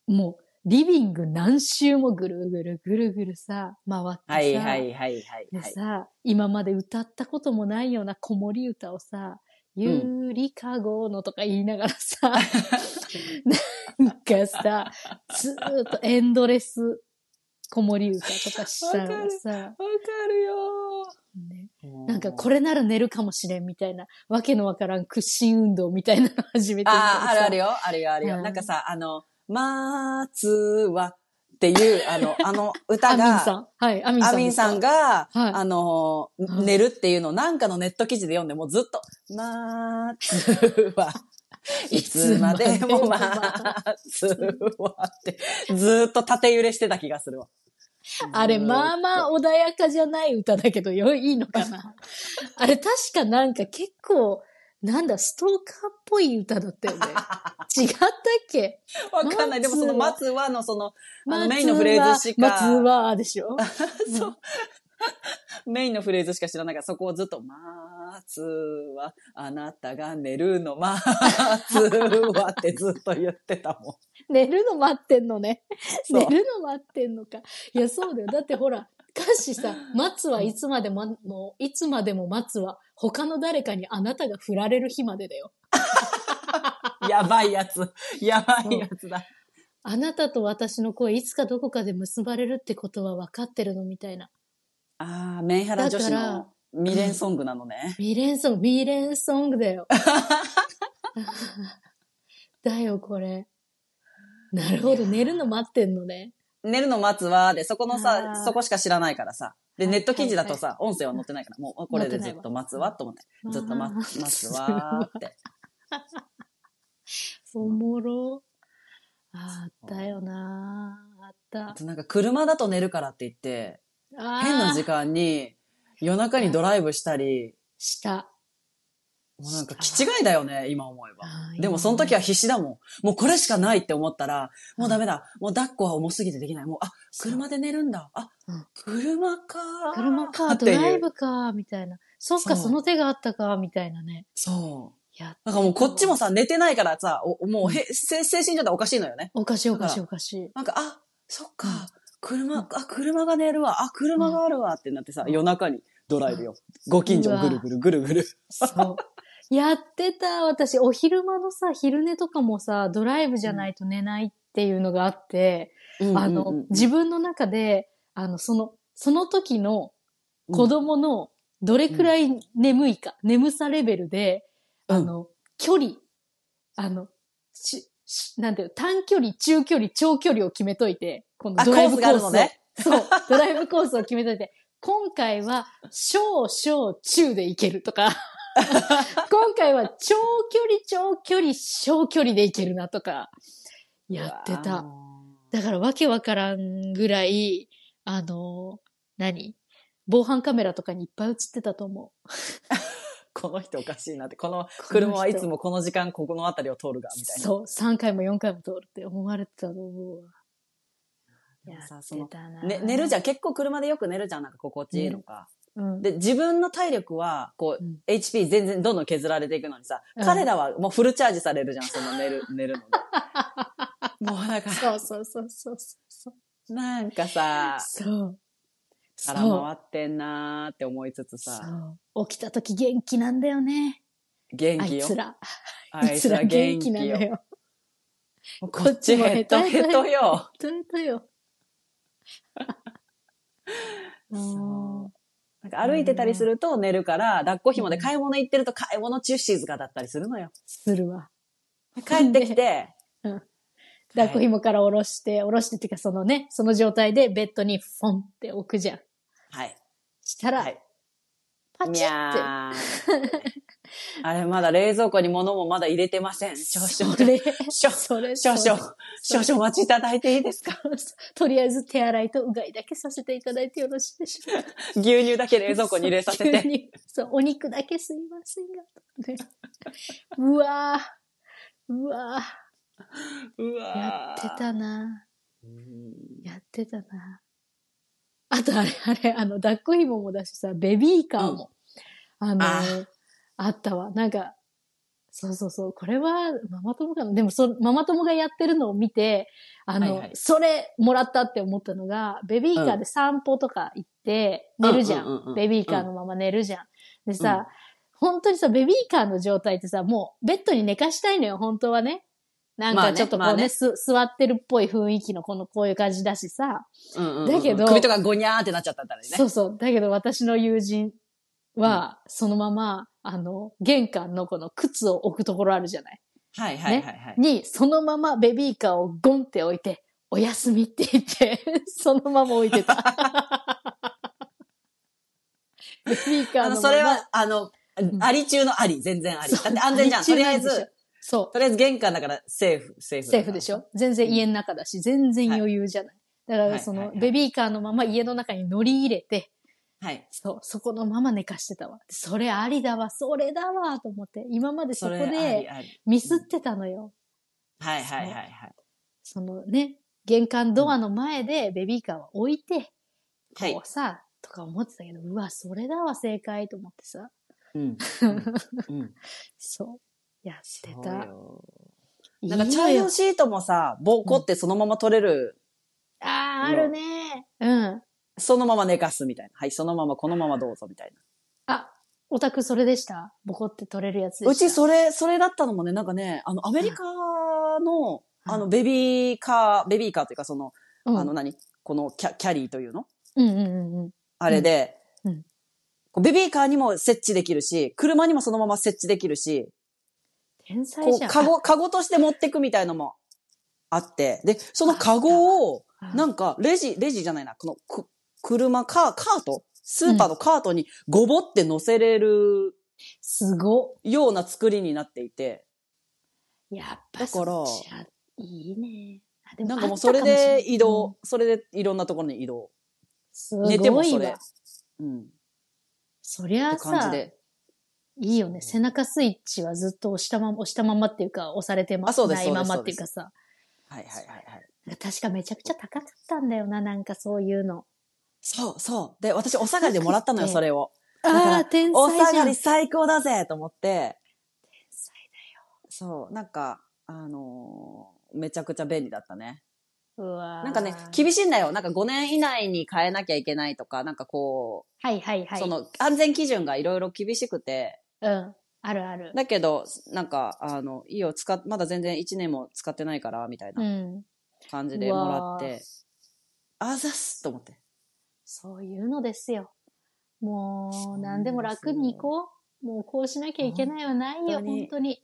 もう、リビング何周もぐるぐるぐるぐるさ、回ってさ、
はいはいはいはい
で
はい。
さ、今まで歌ったこともないような子守歌をさ、ゆーりかごのとか言いながら さ、なんかさ、ずーっとエンドレス子守歌とかしたらさ、
わかるよ
ね
ー
なんかこれなら寝るかもしれんみたいな、わけのわからん屈伸運動みたいなの始めてみたり
あ
さ
あ、あるあるよ、あるよ、あるよ。
うん
なんかさ、あの、まーつはっていう、あの、あの歌
アミン
が、
さん。はい、アミンさ
ア
んです。
ミンさんが、
はい
あのー、
うん
寝るっていうのをなんかのネット記事で読んで、もうずっと、まーつは、いつまでもまーつはって、ずーっと縦揺れしてた気がするわ。
あれ、まあまあ穏やかじゃない歌だけど、よ、いいのか な。あれ、確かなんか結構、なんだ、ストーカーっぽい歌だった よね。違ったっけ
わかんない。でもその、
ま
ま
ー
つはのその、あの
松
メインのフレーズしか
は松はでしょ
そう。メインのフレーズしか知らないから、そこをずっと、まーつは、あなたが寝るの、まーつはってずっと言ってたもん。
寝るの待ってんのね。
そ
寝
う
るの待ってんのか。いや、そうだよ。だってほら、歌詞さ、松はいつまでも、もういつまでも松は、他の誰かにあなたが振られる日までだよ。
やばいやつ。やばいやつだ。
あなたと私の声いつかどこかで結ばれるってことは分かってるのみたいな。
ああ、メンヘラ女子の未練ソングなのね。
未練ソング、未練ソングだよ。だよ、これ。なるほど。寝るの待ってんのね。
寝るの待つわーで、そこの
あ
さ、
ー
そこしか知らないからさ。で、
はい
ネット記事だとさ、音声は載ってないから、もうこれ
載
で
ってな
ず
いわ
っと待つわと思って、ずっと待
あー
待つわーって。
おもろ。あったよな。あった。
あとなんか車だと寝るからって言って、
あー
変な時間に夜中にドライブしたり、
した。
もうなんか気違いだよね、今思えば。
あー
でもその時は、必死だもん。もうこれしかないって思ったら、もうダメだ。もう抱っこは重すぎてできない。もう、あ、車で寝るんだ。あ
うん、
車かー。
車か、
って
ド
いう
ライブか、みたいな。そっか、
そう
その手があったか、みたいなね。
そう。
や
なんかもうこっちもさ、寝てないからさ、おもうへ精精神状態おかしいのよね。
おかしいおかしい
だ
おかしい。
なんか、あ、そっ
うん
か、車、あ、車が寝るわ、あ、車があるわってなってさ、夜中にドライブよ。ご近所をぐるぐるぐるぐる。
そう。やってた、私、お昼間のさ、昼寝とかもさ、ドライブじゃないと寝ないっていうのがあって、あの、
うんうんうん
自分の中で、あの、その、その時の子供のどれくらい眠いか、眠さレベルで、
うん
あの、距離、あの、し、しなんていうの、短距離、中距離、長距離を決めといて、この
あ
ドライブコ
コースがあ
ー
る
スを。
のね
そう、ドライブコースを決めといて、 今回は小、小、中で行けると か、今回は長距離、長距離、小距離で行けるなとか、やって
うわ
た。だからわけわからんぐらい、あの、何防犯カメラとかにいっぱい映ってたと思う。
ー。この人おかしいなって、この
人
車はいつもこの時間ここの辺りを通るが、みたいな。
そう、3回も4回も通るって思われてたと思うわ。
でもさ
やっ
その
てたな
ね、寝るじゃん、結構車でよく寝るじゃん、なんか心地いいのか。
うん。
で、自分の体力は、こう、
うん
HP 全然どんどん削られていくのにさ、
うん
彼らはもうフルチャージされるじゃん、その寝る、寝るので。もうだから、
そうそうそうそうそう。
なんかさ、
そう。
空回ってんなーって思いつつさ、
そう。起きた時元気なんだよね。
元
あ
気
い
よ
つ。ら。
あ
あい
い
つ
つ
ら
ら
元
元
気
気
なん
よ
だ。よ。
こっち
も
ヘトヘトよ。。
ヘトヘト よ。うん
そうなんか歩いてたりすると寝るから、抱っこ紐で買い物行ってると買い物中静かだったりするのよ。
するわ。
帰ってきて、
抱っこ紐から下ろして、下ろしてっていうかそのね、その状態でベッドにフォンって置くじゃん。
はい。
したら、
はい
パ
に
チって。
ゃーん。あれ、まだ冷蔵庫に物もまだ入れてません。少々
そ。れ、
少々
それ、
少
それ
々、少々お待ちいただいていいですか
とりあえず手洗いとうがいだけさせていただいてよろしいでしょうか。
牛乳だけ冷蔵庫に入れさせ
急
て。
にそう、お肉だけすいませんが。ね、うわぁ、うわ
う
ぁ、や
わ
っ
ー
てたな
うん
ぁやってたなぁあとあれ、あれ、あの、抱っこ紐もだしさ、ベビーカーも。あの
あ
あ、ったわ。なんか、そうそうそう。これは、ママ友かな。でもそ、ママ友がやってるのを見て、あの、
はいはい
それもらったって思ったのが、ベビーカーで散歩とか行って、寝るじゃん。
うううう
ベビーカーのまま寝るじゃん。でさ、本当にさ、ベビーカーの状態ってさ、もうベッドに寝かしたいのよ、本当はね。なん
まあ
か
ね
ちょっとこうね,、
まあね
す座ってるっぽい雰囲気のこの、こういう感じだしさ。
うんうんうん
だけど
首とかゴニャーってなっちゃったんだね。
そうそう。だけど私の友人は、そのまま、あの、玄関のこの靴を置くところあるじゃない。
はいはいはいはい。
に、そのままベビーカーをゴンって置いて、おやすみって言って、 そのまま置い てた。ベビーカーのま
あの、
ま。
それは、あの
う、ん
あり中のあり、全然あり。
そ
だ
う
って安全じゃん。とりあえ。
日中なんでしょ
ず、
そ
とりあえず玄関だからセーフ、セー
う。
フ。
セーフでしょ全然家の中だし、全然余裕じゃない。だか
は
ら、
い
そ
はい
の
は、い
ベビーカーのまま家の中に乗り入れて、
はい。
そう、そこのまま寝かしてたわ。それありだわ、それだわ、と思って。今までそ
そ
こ
れあり
で
あり。
ミスってたのよ。
はいはいはいはい。
そのね、玄関ドアの前でベビーカーは置いて、
はい
こうさ、とか思ってたけど、うわ、それだわ、正解と思ってさ。
うん。 うん。
そう。やって
そう
た。
よ
いい
なんか、チ
の
ャイ
よ
ルシートもさ、ボコってそのまま取れる、
ああ、あるね。うん。
そのまま寝かすみたいな。はい、そのままこのままどうぞみたい
あ、オタクそれでしたボコって取れるやつで
な。う
した
ちそれ、それだったのもね、なんかね、あの、アメリカ
う
の、
ん
あの、ベビーカー、ベビーカーというか、その、
うん、
あの何、このキャキャリーというの
うんうんうんうん。
あれで、
うんうん
こうベビーカーにも設置できるし、車にもそのまま設置できるし、
天才
こ
じゃ。
うんカゴ、カゴとして持ってくみたいのもあって、で、そのカゴを、
あ
なんか、レジ、レジじゃないな、この、く、車、カー、カートスーパーのカートにごぼって乗せれる
すご
ような作りになっていて、
っ。やっぱ
だから
そっちはいいね。あで
なんかも
あっ
う
た
それ
しな
で
い
移動、。それでいろんなところに移動。
す
寝て
ご
も
い
そ
わ
れ。。うん。っ
そりゃ
て感じ
さ、
で。
いいよね。背中スイッチはずっと押したまま、押したままっていうか、押されてま
あそうで
な
す
いままっ
そう
て
で
いう
す
かさ。
はいはいはいはい。
確かめちゃくちゃ高かったんだよな、なんかそういうの。
そうそう。で、私お下がりでもらったのよ、
高くて
それを。だから
ああー、天
お
才
下
じゃ
が
ん。
り最高だぜと思って、
天才
そう、なんか、あのーめちゃくちゃ便利だったね。
うわー
なんかね、厳しいんだよ。なんか5年以内に変えなきゃいけないとか、なんかこ、
はいはいうはい。
その安全基準がいろいろ厳しくて、
うん。あるある。。
だけど、なんか、あの、いいよ、使っ、まだ全然1年も使ってないから、みたいうなん感じでもらって、あざっすと思って。
そういうのですよ。
そ
もう、
うなんで
何で
すよ
も楽に行こう。もうこうしなきゃいけないはないよ、
本当に
本当に。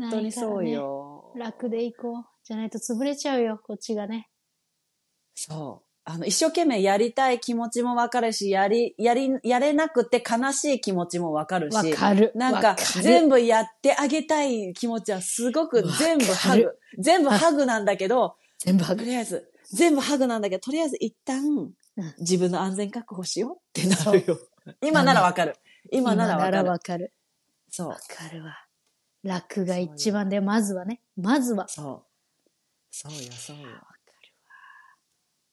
本当にそうよ。
楽で行こう。じゃないと潰れちゃうよ、こっちがね。
そう。あの、一生懸命やりたい気持ちもわかるし、やり、やり、やれなくて悲しい気持ちもわかるし。
わかる。
なんか、全部やってあげたい気持ちはすごく
わかる
全部ハグ。全部ハグなんだけど、
全部
とりあえず、全部ハグなんだけど、とりあえず一旦
うん、
自分の安全確保しようってなるよ。今ならわかる。今ならわかる。
わかる。
そう
わ。かるわ。楽が一番で、まずはね。まずは。
そう。そうよ、そうよ。
わかる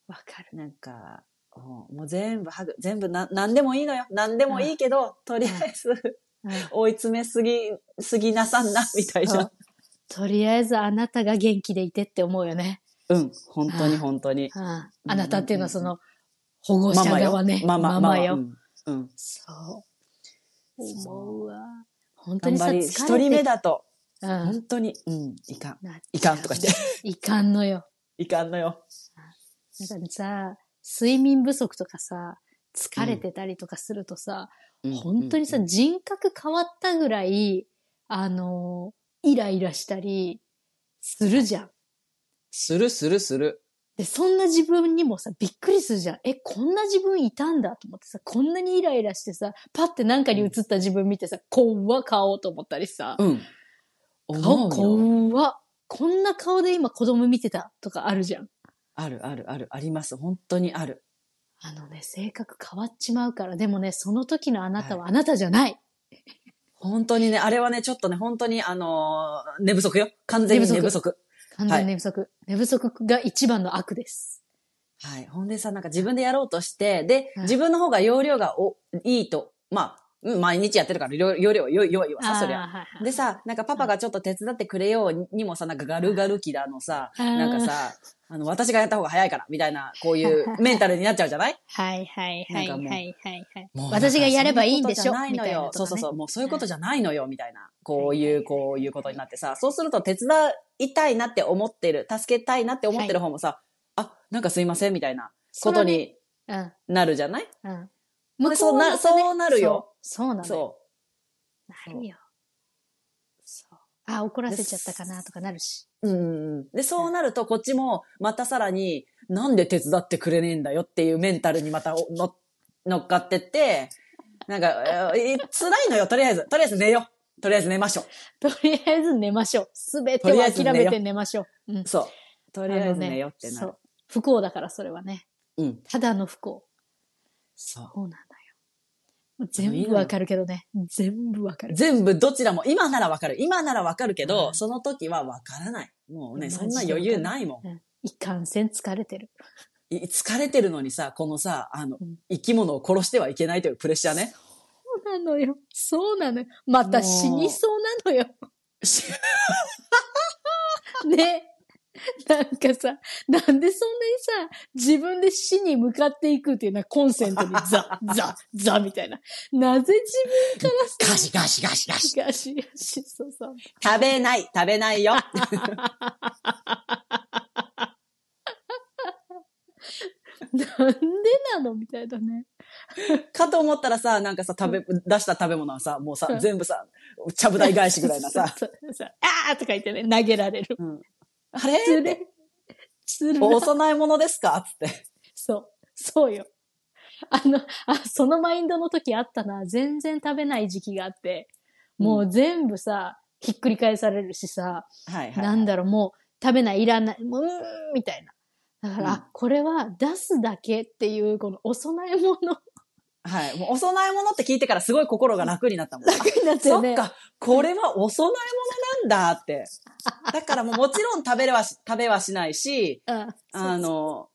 わ。わかる。
なんか、もうもう全部ハグ。全部な、なんでもいいのよ。なんでもいいけど、とりあえず、
うん
追い詰めすぎ、すぎなさんな、みたい
そ
な
う。とりあえずあなたが元気でいてって思うよね。
うん、本当に本当に。
うんあ
うん
なたっていうのはその保護者
ママよ
側ね。
ママ、ママ
よ。
うんうん。
そう。
そう
思うわ。本当
頑
にさ、疲れ
張り、一人
て
目だと、
う
本
ん。
当に、うん、いかん。い
い
かんとか言って。
いかんのよ。
いかんのよ。
なんかさ、睡眠不足とかさ、疲れてたりとかするとさ、本当にさ、
うん
人格変わったぐらい、あのー、イライラしたりするじゃん。
するするする。
で、そんな自分にもさ、びっくりするじゃん。え、こんな自分いたんだと思ってさ、こんなにイライラしてさ、パってなんかに映った自分見てさ、怖っ顔と思ったりさ、
うん。
顔
思うよ。
怖っこんな顔で今子供見てたとかあるじゃん。
あるあるある、あります。本当にある。
あのね、性格変わっちまうから、でもね、その時のあなたは
は
あなたじゃない。
本当にね、あれはね、ちょっとね、本当に、あのー寝不足よ。完全に寝
寝
不
不
足。
完全に寝不足、寝不足が一番の悪です。
はい。ほんでさ、なんか自分でやろうとして、で、
うん
自分の方が容量がお、いいと。まあ、うん毎日やってるから、容容量、よい、よいわさ、そりゃ。
あーはいはい
でさ、なんかパパがちょっと手伝ってくれようにもさ、なんかガルガル期だのさ、
あー
なんかさ、あの、私がやった方が早いから、みたいな、こういうメンタルになっちゃうじゃない
はいはいはい
な
はい
んかもう
はいはい。
もう
私がやればいいんでしょ
そううことじゃないのよ。
みたいなとかね
そうそうそう。もうそういうことじゃないのよ、みたいな。こう
はいはい
い
は
う、
い
こういうことになってさ、そうすると手伝いたいなって思ってる、助けたいなって思ってる方もさ、あ、なんかすいません、みたいなことに
うん。
なるじゃない
うん。
でそ
向こは
うな
またね
そうなる
そ
よ。
うそうなのよ。
そ
なるよ。そう。あ、怒らせちゃったかなとかなるし。
う。うん。で、そうなると、こっちも、またさらに、なんで手伝ってくれねえんだよっていうメンタルにまたお乗っ乗っかってって、なんか、えー辛いのよ、とりあえず。とりあえず寝よう。とりあえず寝ましょ
とりあえず寝ましょう。すべて
とり
を
あえず
諦
寝よ
め
う
て寝ましょう。うん
う。。そう。とりあえず寝ようって
あ
な
の
る。
ねそう。不幸だから、それはね。
うん。
ただの不幸。
そう。
そうなんだよ。もう全部わかるけどね。全部わかる。
全部どちらも、今ならわかる。今ならわかるけど、
うん
その時はわからない。もうね、
マジ
そ
で
んな余裕ないも
うんいかんせん疲れてる。
ん。い疲れてるのにさ、このさ、あの
うん、
生き物を殺してはいけないというプレッシャーね。
そうなのよ。そうなのよ。また死にそうなのよ。ね。なんかさ、なんでそんなにさ、自分で死に向かっていくっていうのはコンセン トにザ、ザ、ザみたいな。なぜ自分からさ、
ガシガシガシガシ。
ガシガシ、そうそう。
食べない、食べな いよ。
なんでなのみたいなね。
かと思ったらさ、なんかさ、食べ、出した食べ物はさ、もうさ
う、ん
全部さ、ちゃぶ台返しぐらいなさ、
そうそうそうあーとか言ってね、投げられる。
うんあれ
つれ、つれ。
お幼いものですかつって。
そう。そうよ。あの、あ、そのマインドの時あったな。全然食べない時期があって、もう全部さ、ひっくり返されるしさ、
はいはい。
なんだろう、もう食べない、いらない、もう、うーん、みたいな。だから、
うん
あこれは出すだけっていう、このお供え物
はい。もうお供え物って聞いてからすごい心が楽になった もん。
になって
そっ
ね。
か、これはお供え物なんだって。だからもうもちろん食べれはし、食べはしないし、
うん
あの、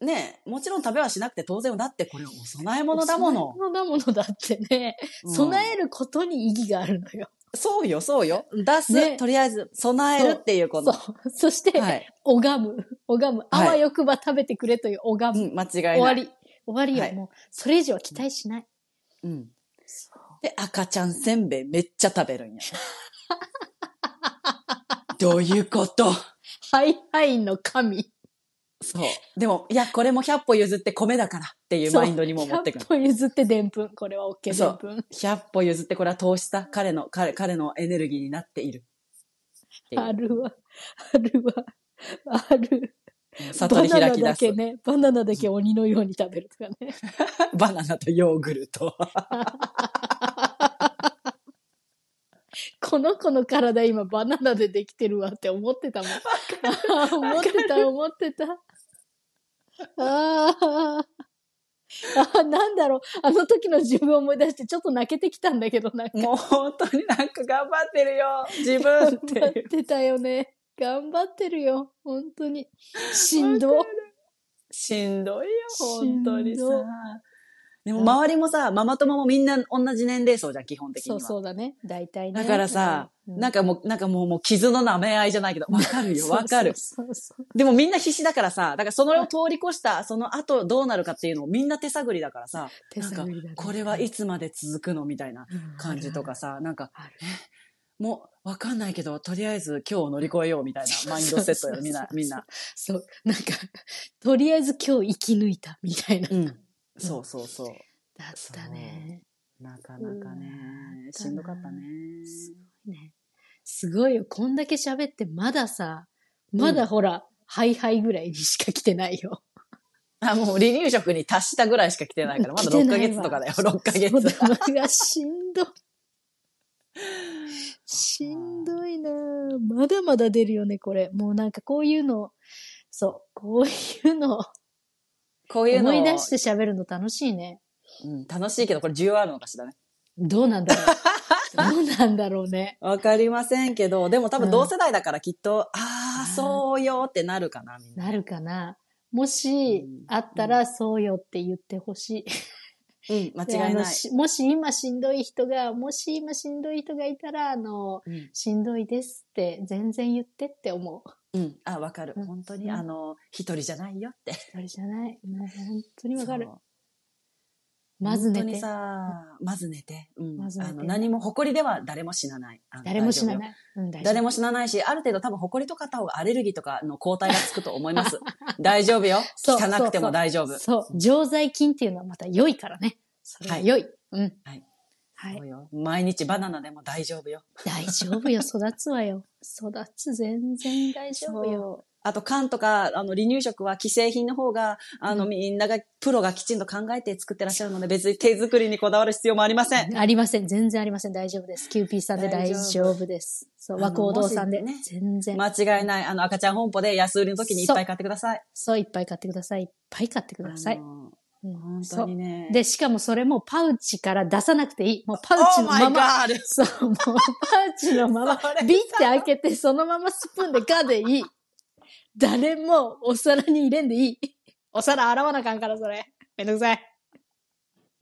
ねもちろん食べはしなくて当然よだってこれお供え物だもの
お。供え物だものだってね、
うん
備えることに意義があるのよ。
そうよ、そうよ。出す、
ね
とりあえず、備えるっていうこ
そ
の。
う。そして、
はい。
拝む。拝む。あ
はい
わよくば食べてくれという
う
拝む。
ん、間違いない。
終わり。終わりよ。
はい
もう、それ以上は期待しない。
うん。で、赤ちゃんせんべいめっちゃ食べる んや。どういうこと
ハイハイの神。
そう。でも、いや、これも100歩譲って米だからっていうマインドにも持ってくる
100。歩譲ってでんぷん。これは OK で
そ
ん
う
ぷん。
100歩譲ってこれは投資だ。彼の、彼、彼のエネルギーになっている。ってい
あ
う
るわ。あるわ。ある。
悟り
バナ
開
ナ
き出
だ
す
け。ね。バナナだけ鬼のように食べるとかね。
バナナとヨーグルト。
この子の体今バナナでできてるわって思ってたもん。 あー思ってた、思ってた。あーあー、なんだろう。あの時の自分を思い出してちょっと泣けてきたんだけど、なんか。
もう本当になんか頑張ってるよ。自分っ
頑
て
張っ
いう。
てたよね。頑張ってるよ。本当に。しんど。
しんどいよ、本当にさ
しんど。
でも周りもさ、ママ友もみんな同じ年齢層じゃん、基本的に
そ
は。
うそうだね。大体ね。
だからさ、
うん
なんかもう、なんかもう、もう傷の舐め合いじゃないけど、わかるよ、わかる。
そうそうそう
でもみんな必死だからさ、だからそれを通り越した、その後どうなるかっていうのをみんな手探りだからさ、
手探りだね。
これはいつまで続くのみたいな感じとかさ、なんか、
ある
えもうわかんないけど、とりあえず今日を乗り越えようみたいなマインドセットよ、みんな、みんな。。
そうそうそうそう、なんか、とりあえず今日生き抜いたみたいな。
うん。 そうそうそう。
だったね。
なかなかね、しんどかったね。
すごいね。すごいよ。こんだけ喋って、まださ、まだほら、ハイハイぐらいにしか来てないよ。
あ、もう離乳食に達したぐらいしか来てないから、ま だ
来て
6
な
ヶ
いわ
月とかだよ、6ヶ
そうだ
月。
うわしんど。しんどいなぁまだまだ出るよね、これ。もうなんかこういうの、そう、こういうの、
こういうの
思い出して喋るの楽しいね。
うん、楽しいけど、これ需要あるのかしらね。
どうなんだろ う。どうなんだろうね。
わかりませんけど、でも多
う
分
ん
同世代だからきっと、あ
あ
ー、
ー
そうよってなるかな、みんな。
なるかな。もし、
うん
あったら、そうよって言ってほしい。
うん、間
で
違い
あの
ない。
しもし今しんどい人が、もし今しんどい人がいたら、あの、
うん
しんどいですって全然言ってって思う。
うん、あ、わかる
う。ん
本当
う
に、
ん
あの、一人じゃないよって。
それじゃない。もう本当にわかる
そ。う
まず寝
本当に
て。
さ、まず寝て。うん
まず寝て
あの何も、誇りでは誰も死なない。あの。
誰も死ない
大丈夫よ
ない。うん、大丈夫
誰も死なないし、ある程度多分、埃とかあった方がアレルギーとかの抗体がつくと思います。 大丈夫よ。
そう
汚くても大丈夫。
そう。常在菌っていうのはまた良いからね。それは良い。うん。
はい。
はい
そう。よ毎日バナナでも大丈夫よ。
大丈夫よ。育つわよ。育つ。全然大丈夫よ。
あと、缶とか、あの、離乳食は既製品の方が、あの、
う
みんなが、プロがきちんと考えて作ってらっしゃるので、別に手作りにこだわる必要もありま せん。
ありません。全然ありません。大丈夫です。キューピーさんで大
大丈夫
丈夫です。そう、和光堂さんで。
あのもし
全然。
間違いない。あの、赤ちゃん本舗で安売りの時にいっぱい買ってください。
そう、いっぱい買ってください。いっぱい買ってくださ
あ
い。
の
うん
本
そ
当に
う。
ね。
で、しかもそれもパウチから出さなくていい。もうパウチ
Oh
のま
my
ま。
god!
そう、もうパウチのまま
それ、さ
ビって開けて、そのままスプーンでガでいい。誰もお皿に入れんでいい。お皿洗わなあかんから、それ。めんどくさい。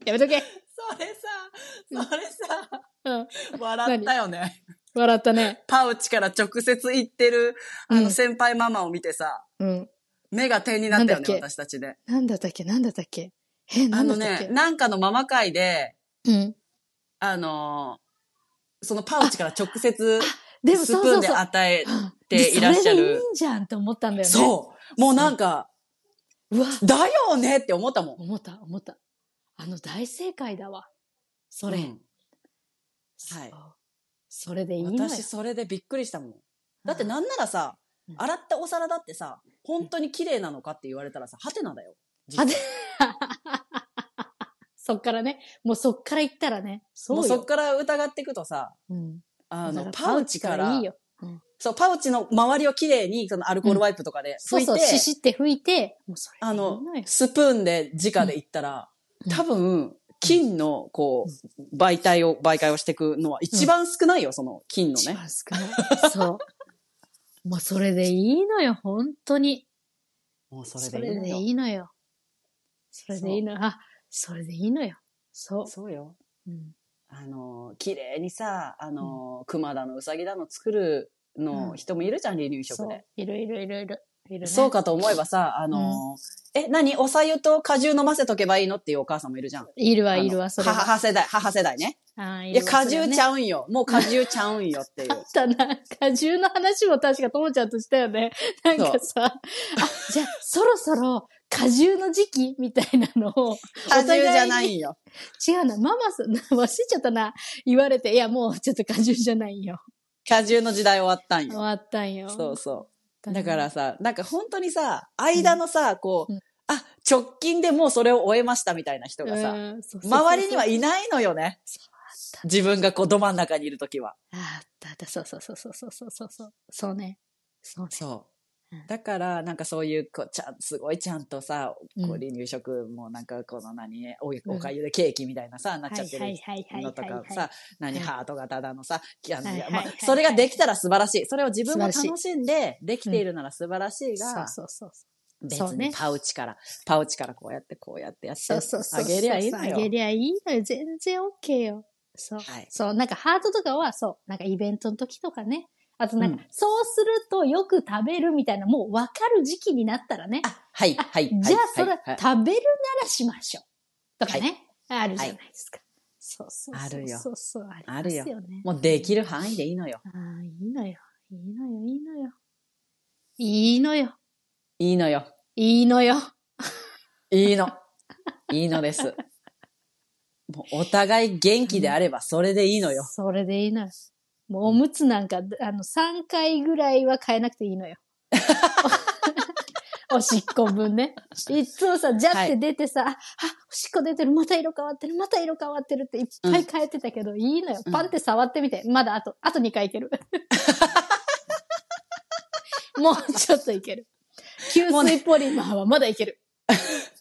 やめとけ。
それ さ、それさ、
うん。
笑ったよね。
笑ったね。
パウチから直接行ってる、あ
う
の、
ん
先輩ママを見てさ、
うん。
目が点になった
な
よ
ん
ね、
だっけ
私たちで。
なんだったっけなんだったっけえ、な
あ
んだ
の
ったっけ、
ねなんかのママ会で、
うん。
あのーそのパウチから直接、
でも
ス
そう
プー
そ
ン
う
で
そう。
与え
はあ
ていらっしゃ
それ
る
でいいんじゃんって思ったんだよね。
そう。もうなんか、
う。うわ、
だよねって思ったもん。
思った、思った。あの、大正解だわ。それ。
うんはい
そう。それでいいのよ。
私それでびっくりしたもん。だってなんならさ、洗ったお皿だってさ、本当に綺麗なのかって言われたらさ、ハテナだよ。
そっからね、もうそっから行ったらね、そう
も
よ。
うそっから疑っていくとさ、
うん、
あ
だ
の、
ら
パウチから、
いいよ。
そう、パウチの周りを綺麗に、そのアルコールワイプとかで
そ
拭
う
いて、
そう、ししって拭いて、もうそれ
あの
いいよ、
スプーンで直でいったら、
うん
多分、金の、こう、媒体を、媒介をしていくのは一番少ないよ、その金の
一
ね。
番少ない。そう。もうそれでいいのよ、本当に。
もうそ
それ
れでいいの
で
よ。
いいのよ。それでいいのよ。あ、それでいいのよ。そう。
そうよ。
うん
あの、綺麗にさ、あの、熊だの、うさぎだの作る
う
の
ん
人もいるじゃん、離乳食
そ
で
う。。いるいるいるいる。いるね
そう。かと思えばさ、あのーえ、何おさゆと果汁飲ませとけばいいのっていうお母さんもいるじゃん。
いるわ、
あの
いるわ、それは。
母世代、母世代ね。
あー
い
い
や、
るわ
果汁ちゃうんよ。もう果汁ちゃうん よっていう
あ。ったな。果汁の話も確かともちゃんとしたよ ね。なんかさ、あ、じゃあそろそろ果汁の時期みたいなのを、
果汁じゃないんよ。
違うな、ママさん、忘れちゃったな、言われて、いや、もうちょっと果汁じゃないよ。
果汁の時代終わったん
終
よ。
わったんよ。
そうそ
っ
う。
た
だ
な
から、さ、なんか本当にさ、間のさ、こう
うん、
あ、直近でもうそれを終えましたみたいな人がさ、
うんそうそうそう
周りにはいないのよね。自分がこう、ど真ん中にいるときは。
あったあった、そうそうそうそうそうそうそう。そうね。そうね。
そう
うん。
だから、なんかそういう、こう、ちゃん、すごいちゃんとさ、
うん
こう、離乳食もなんか、この何、お
うん
おかゆでケーキみたいなさ、なっ
は
ちゃっ
い
て
は
る
いはいはい
のと
はい
か
は
さ
い。、
何、
うん
ハート型だのさ、きあの
はいはいはい
まあ
はい
それができたら素晴らしい。それを自分も
素晴ら
楽しんで、できているなら素晴らしい
そう
が、
そうそうそう。
別
そうね
にパウチから、パウチからこうやって、こうやってやって、
そうそうそう。
あげりゃいいの
あげ
よ。
りゃいいのよ。全然 OK よ。そう。
はい
そう、なんかハートとかは、そう、なんかイベントの時とかね。あとなんか、
うん
そうするとよく食べるみたいな、もう分かる時期になったらね。
あ、はい、はい、はい
じゃあ、それ
は
はい
はい
食べるならしましょう。とかね。あるじゃないですか。そうそうそう。
あるよ
そうそう。あ
あ
り
る
ま
よ
すよね。
もうできる範囲でいいのよ。
ああ、いいのよ。いいのよ、いいのよ。いいのよ。
いいのよ。
いいのよ。
いいの。いいのです。もうお互い元気であればそれでいいのよ。
それでいいのよ。もうおむつなんか、あの、3回ぐらいは変えなくていいの よ。おしっこ分ね。いつもさ、ジャって出てさ、あ、あおしっこ出てる、また色変わってる、また色変わってるっていっぱい変えてたけど、いいのよ。
うん
パンって触ってみて。まだあと、あと2回いける。 もうちょっといける。吸
もうね
水ポリマーはまだいける。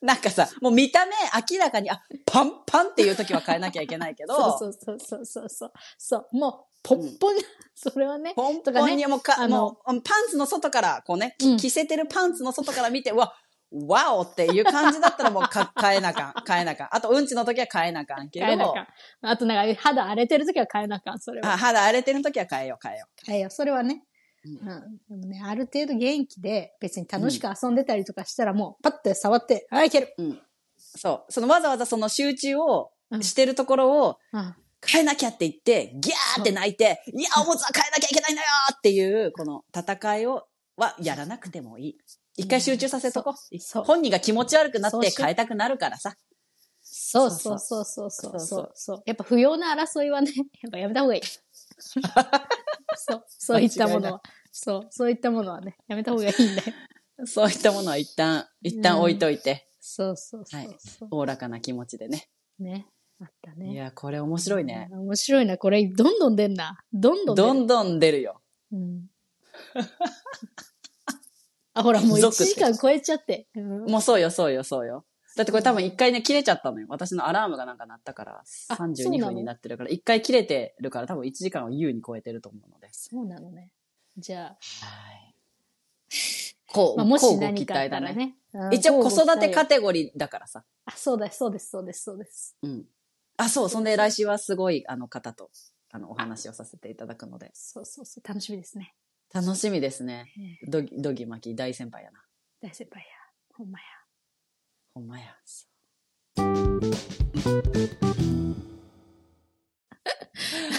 なんかさ、もう見た目明らかに、あ、パンパンっていう時は変えなきゃいけないけど、
そうそうそうそうそう。そう。もう、ポッポン、それはね。
ポン
とか
ポン
ね。
にもうか、
あの
もうパンツの外から、こうね、
うん
き着せてるパンツの外から見て、うわ、わおっていう感じだったらもうか変えなあかん、変えなあかん。あとうんちの時は変えなあかんけど、
変えなあかん。あとなんか肌荒れてる時は変えなあかん。それ
あ
は。
肌荒れてる時は変えよう変えよ
変えよう。それはね。
う。うん
うん。でもね、ある程度元気で別に楽しく遊んでたりとかしたらもうパッて触って、あ、いける。
そう。そのわざわざその集中をしてるところを、
うん。
変えなきゃって言って、ギャーって泣いて、いや、おもちゃ変えなきゃいけないんだよっていう、この戦いを、はやらなくてもいい。一回集中させとこう。
そう
本人が気持ち悪くなっ
そう
て
しよう
変えたくなるからさ。
そうそうそうそうそう
そうそ
そううそう。やっぱ不要な争いはね、 やっぱやめた方がいい。そう。そういったものは。そう。そういったものはね、やめた方がいいん だよ。
そういったものは一旦、一旦置いといて、
そうそうそうそう。
おおらかな気持ちでね。
ね。あったね。
いや、これ面白いね。
うん。面白いな。これ、どんどん出んな。どんどん出る
どんどん出るよ。
うん。あ、ほら、もう1
ゾクって
時間超えちゃって。うん
もうそうよ、そうよ、そうよ。だってこれ多分一回ね、切れちゃったのよ。私のアラームがなんか鳴ったから、
あそう
32
なの
分になってるから、一回切れてるから多分1時間を優に超えてると思うので。
そうなのね。じゃあ、
はい。こう、
まあ、もし
乞うご
何
期
かあ
待
った
だ
ら
ね。
ね。うん
一応子育
乞
て。
うご期
カ
待
テゴリーだからさ。
あ、そうだ、そうです、そうです、そうです。
うん。あ、そう、そんで来週はすごい、あの方と、あの、お話をさせていただくので。
そうそうそう、楽しみですね。
楽しみですね。
ええ
どぎ、どぎまき大先輩やな。
大先輩や。ほんまや。
ほんまや。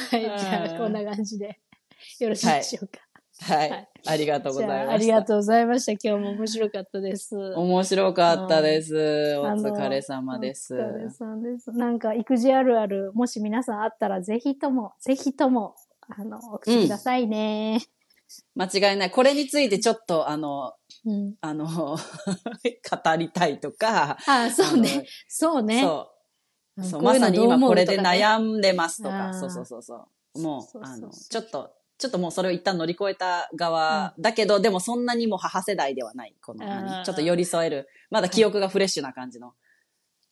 はい、 じゃあ、こんな感じで。よろしいでしょうか。
はい。
はい
ありがとうご
じ
ざいま
ゃ
し
あ、
た。
ありがとうございました。今日も面白かったです。
面白かったです。お
あの
疲れ様です
お。疲れ様です。なんか、育児あるある、もし皆さんあったら、ぜひとも、ぜひとも、あの、お口くださいね。
間違いない。これについてちょっと、あの、
うん。
あの、 語りたいとか、
ああ、そうね。そう
あの
ね。
そ
うん
う。そう、
こう
ま
いう
さ
の
に
どう
今
思
こ
う
れ
とかね
で悩んでますとか、
あー
そうそうそうそう。も、
そううそう
あ
そう
の、ちょっと、ちょっともうそれを一旦乗り越えた側、だけど、でもそんなにもう母世代ではない、この、
あー
何ちょっと寄り添える、まだ記憶がフレッシュな感じの、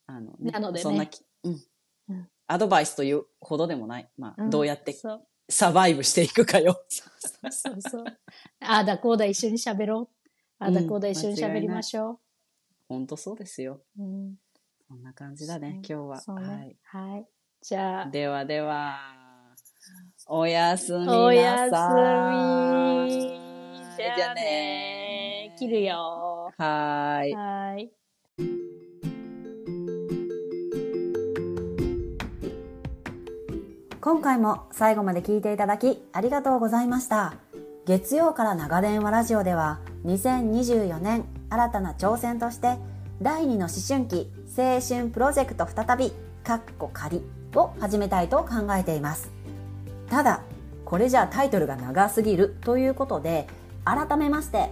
あの、ね
なのでね
そんなき、うん
うん。
アドバイスというほどでもない。まあ、
ん
どうやって
そう
サバイブしていくかよ。
そうそう。ああだこうだ一緒に喋ろう。ああだこうだ一緒に喋りましょ
ほんとそうですよ。
う。うん。
そんな感じだね、
そう
今日は。
そう
は
ね
い。。
はい。じゃあ、
ではでは、おやすみなさい。
おやすみ。じ
じゃ
ゃ
あ
あ
ね
ね。切る。よ。
はーい。
はい。
今回も最後まで聞いていただきありがとうございました月曜から長電話ラジオでは2024年新たな挑戦として第二の思春期青春プロジェクト再びかっこ仮を始めたいと考えていますただこれじゃタイトルが長すぎるということで改めまして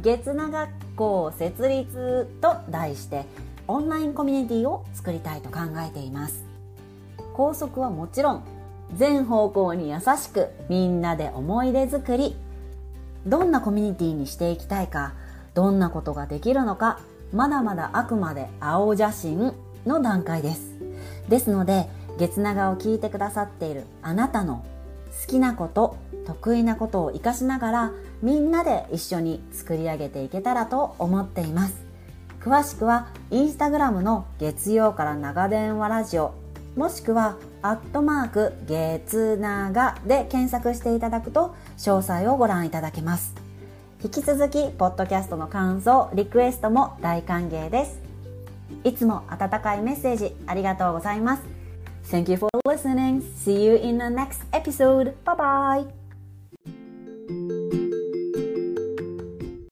月名学校設立と題してオンラインコミュニティを作りたいと考えています校則はもちろん全方向に優しくみんなで思い出作りどんなコミュニティにしていきたいかどんなことができるのかまだまだあくまで青写真の段階ですですので月長を聞いてくださっているあなたの好きなこと得意なことを活かしながらみんなで一緒に作り上げていけたらと思っています詳しくはインスタグラムの月曜から長電話ラジオもしくはアットマーク月長で検索していただくと詳細をご覧いただけます引き続きポッドキャストの感想リクエストも大歓迎ですいつも温かいメッセージありがとうございます Thank you for listening. See you in the next episode. Bye bye.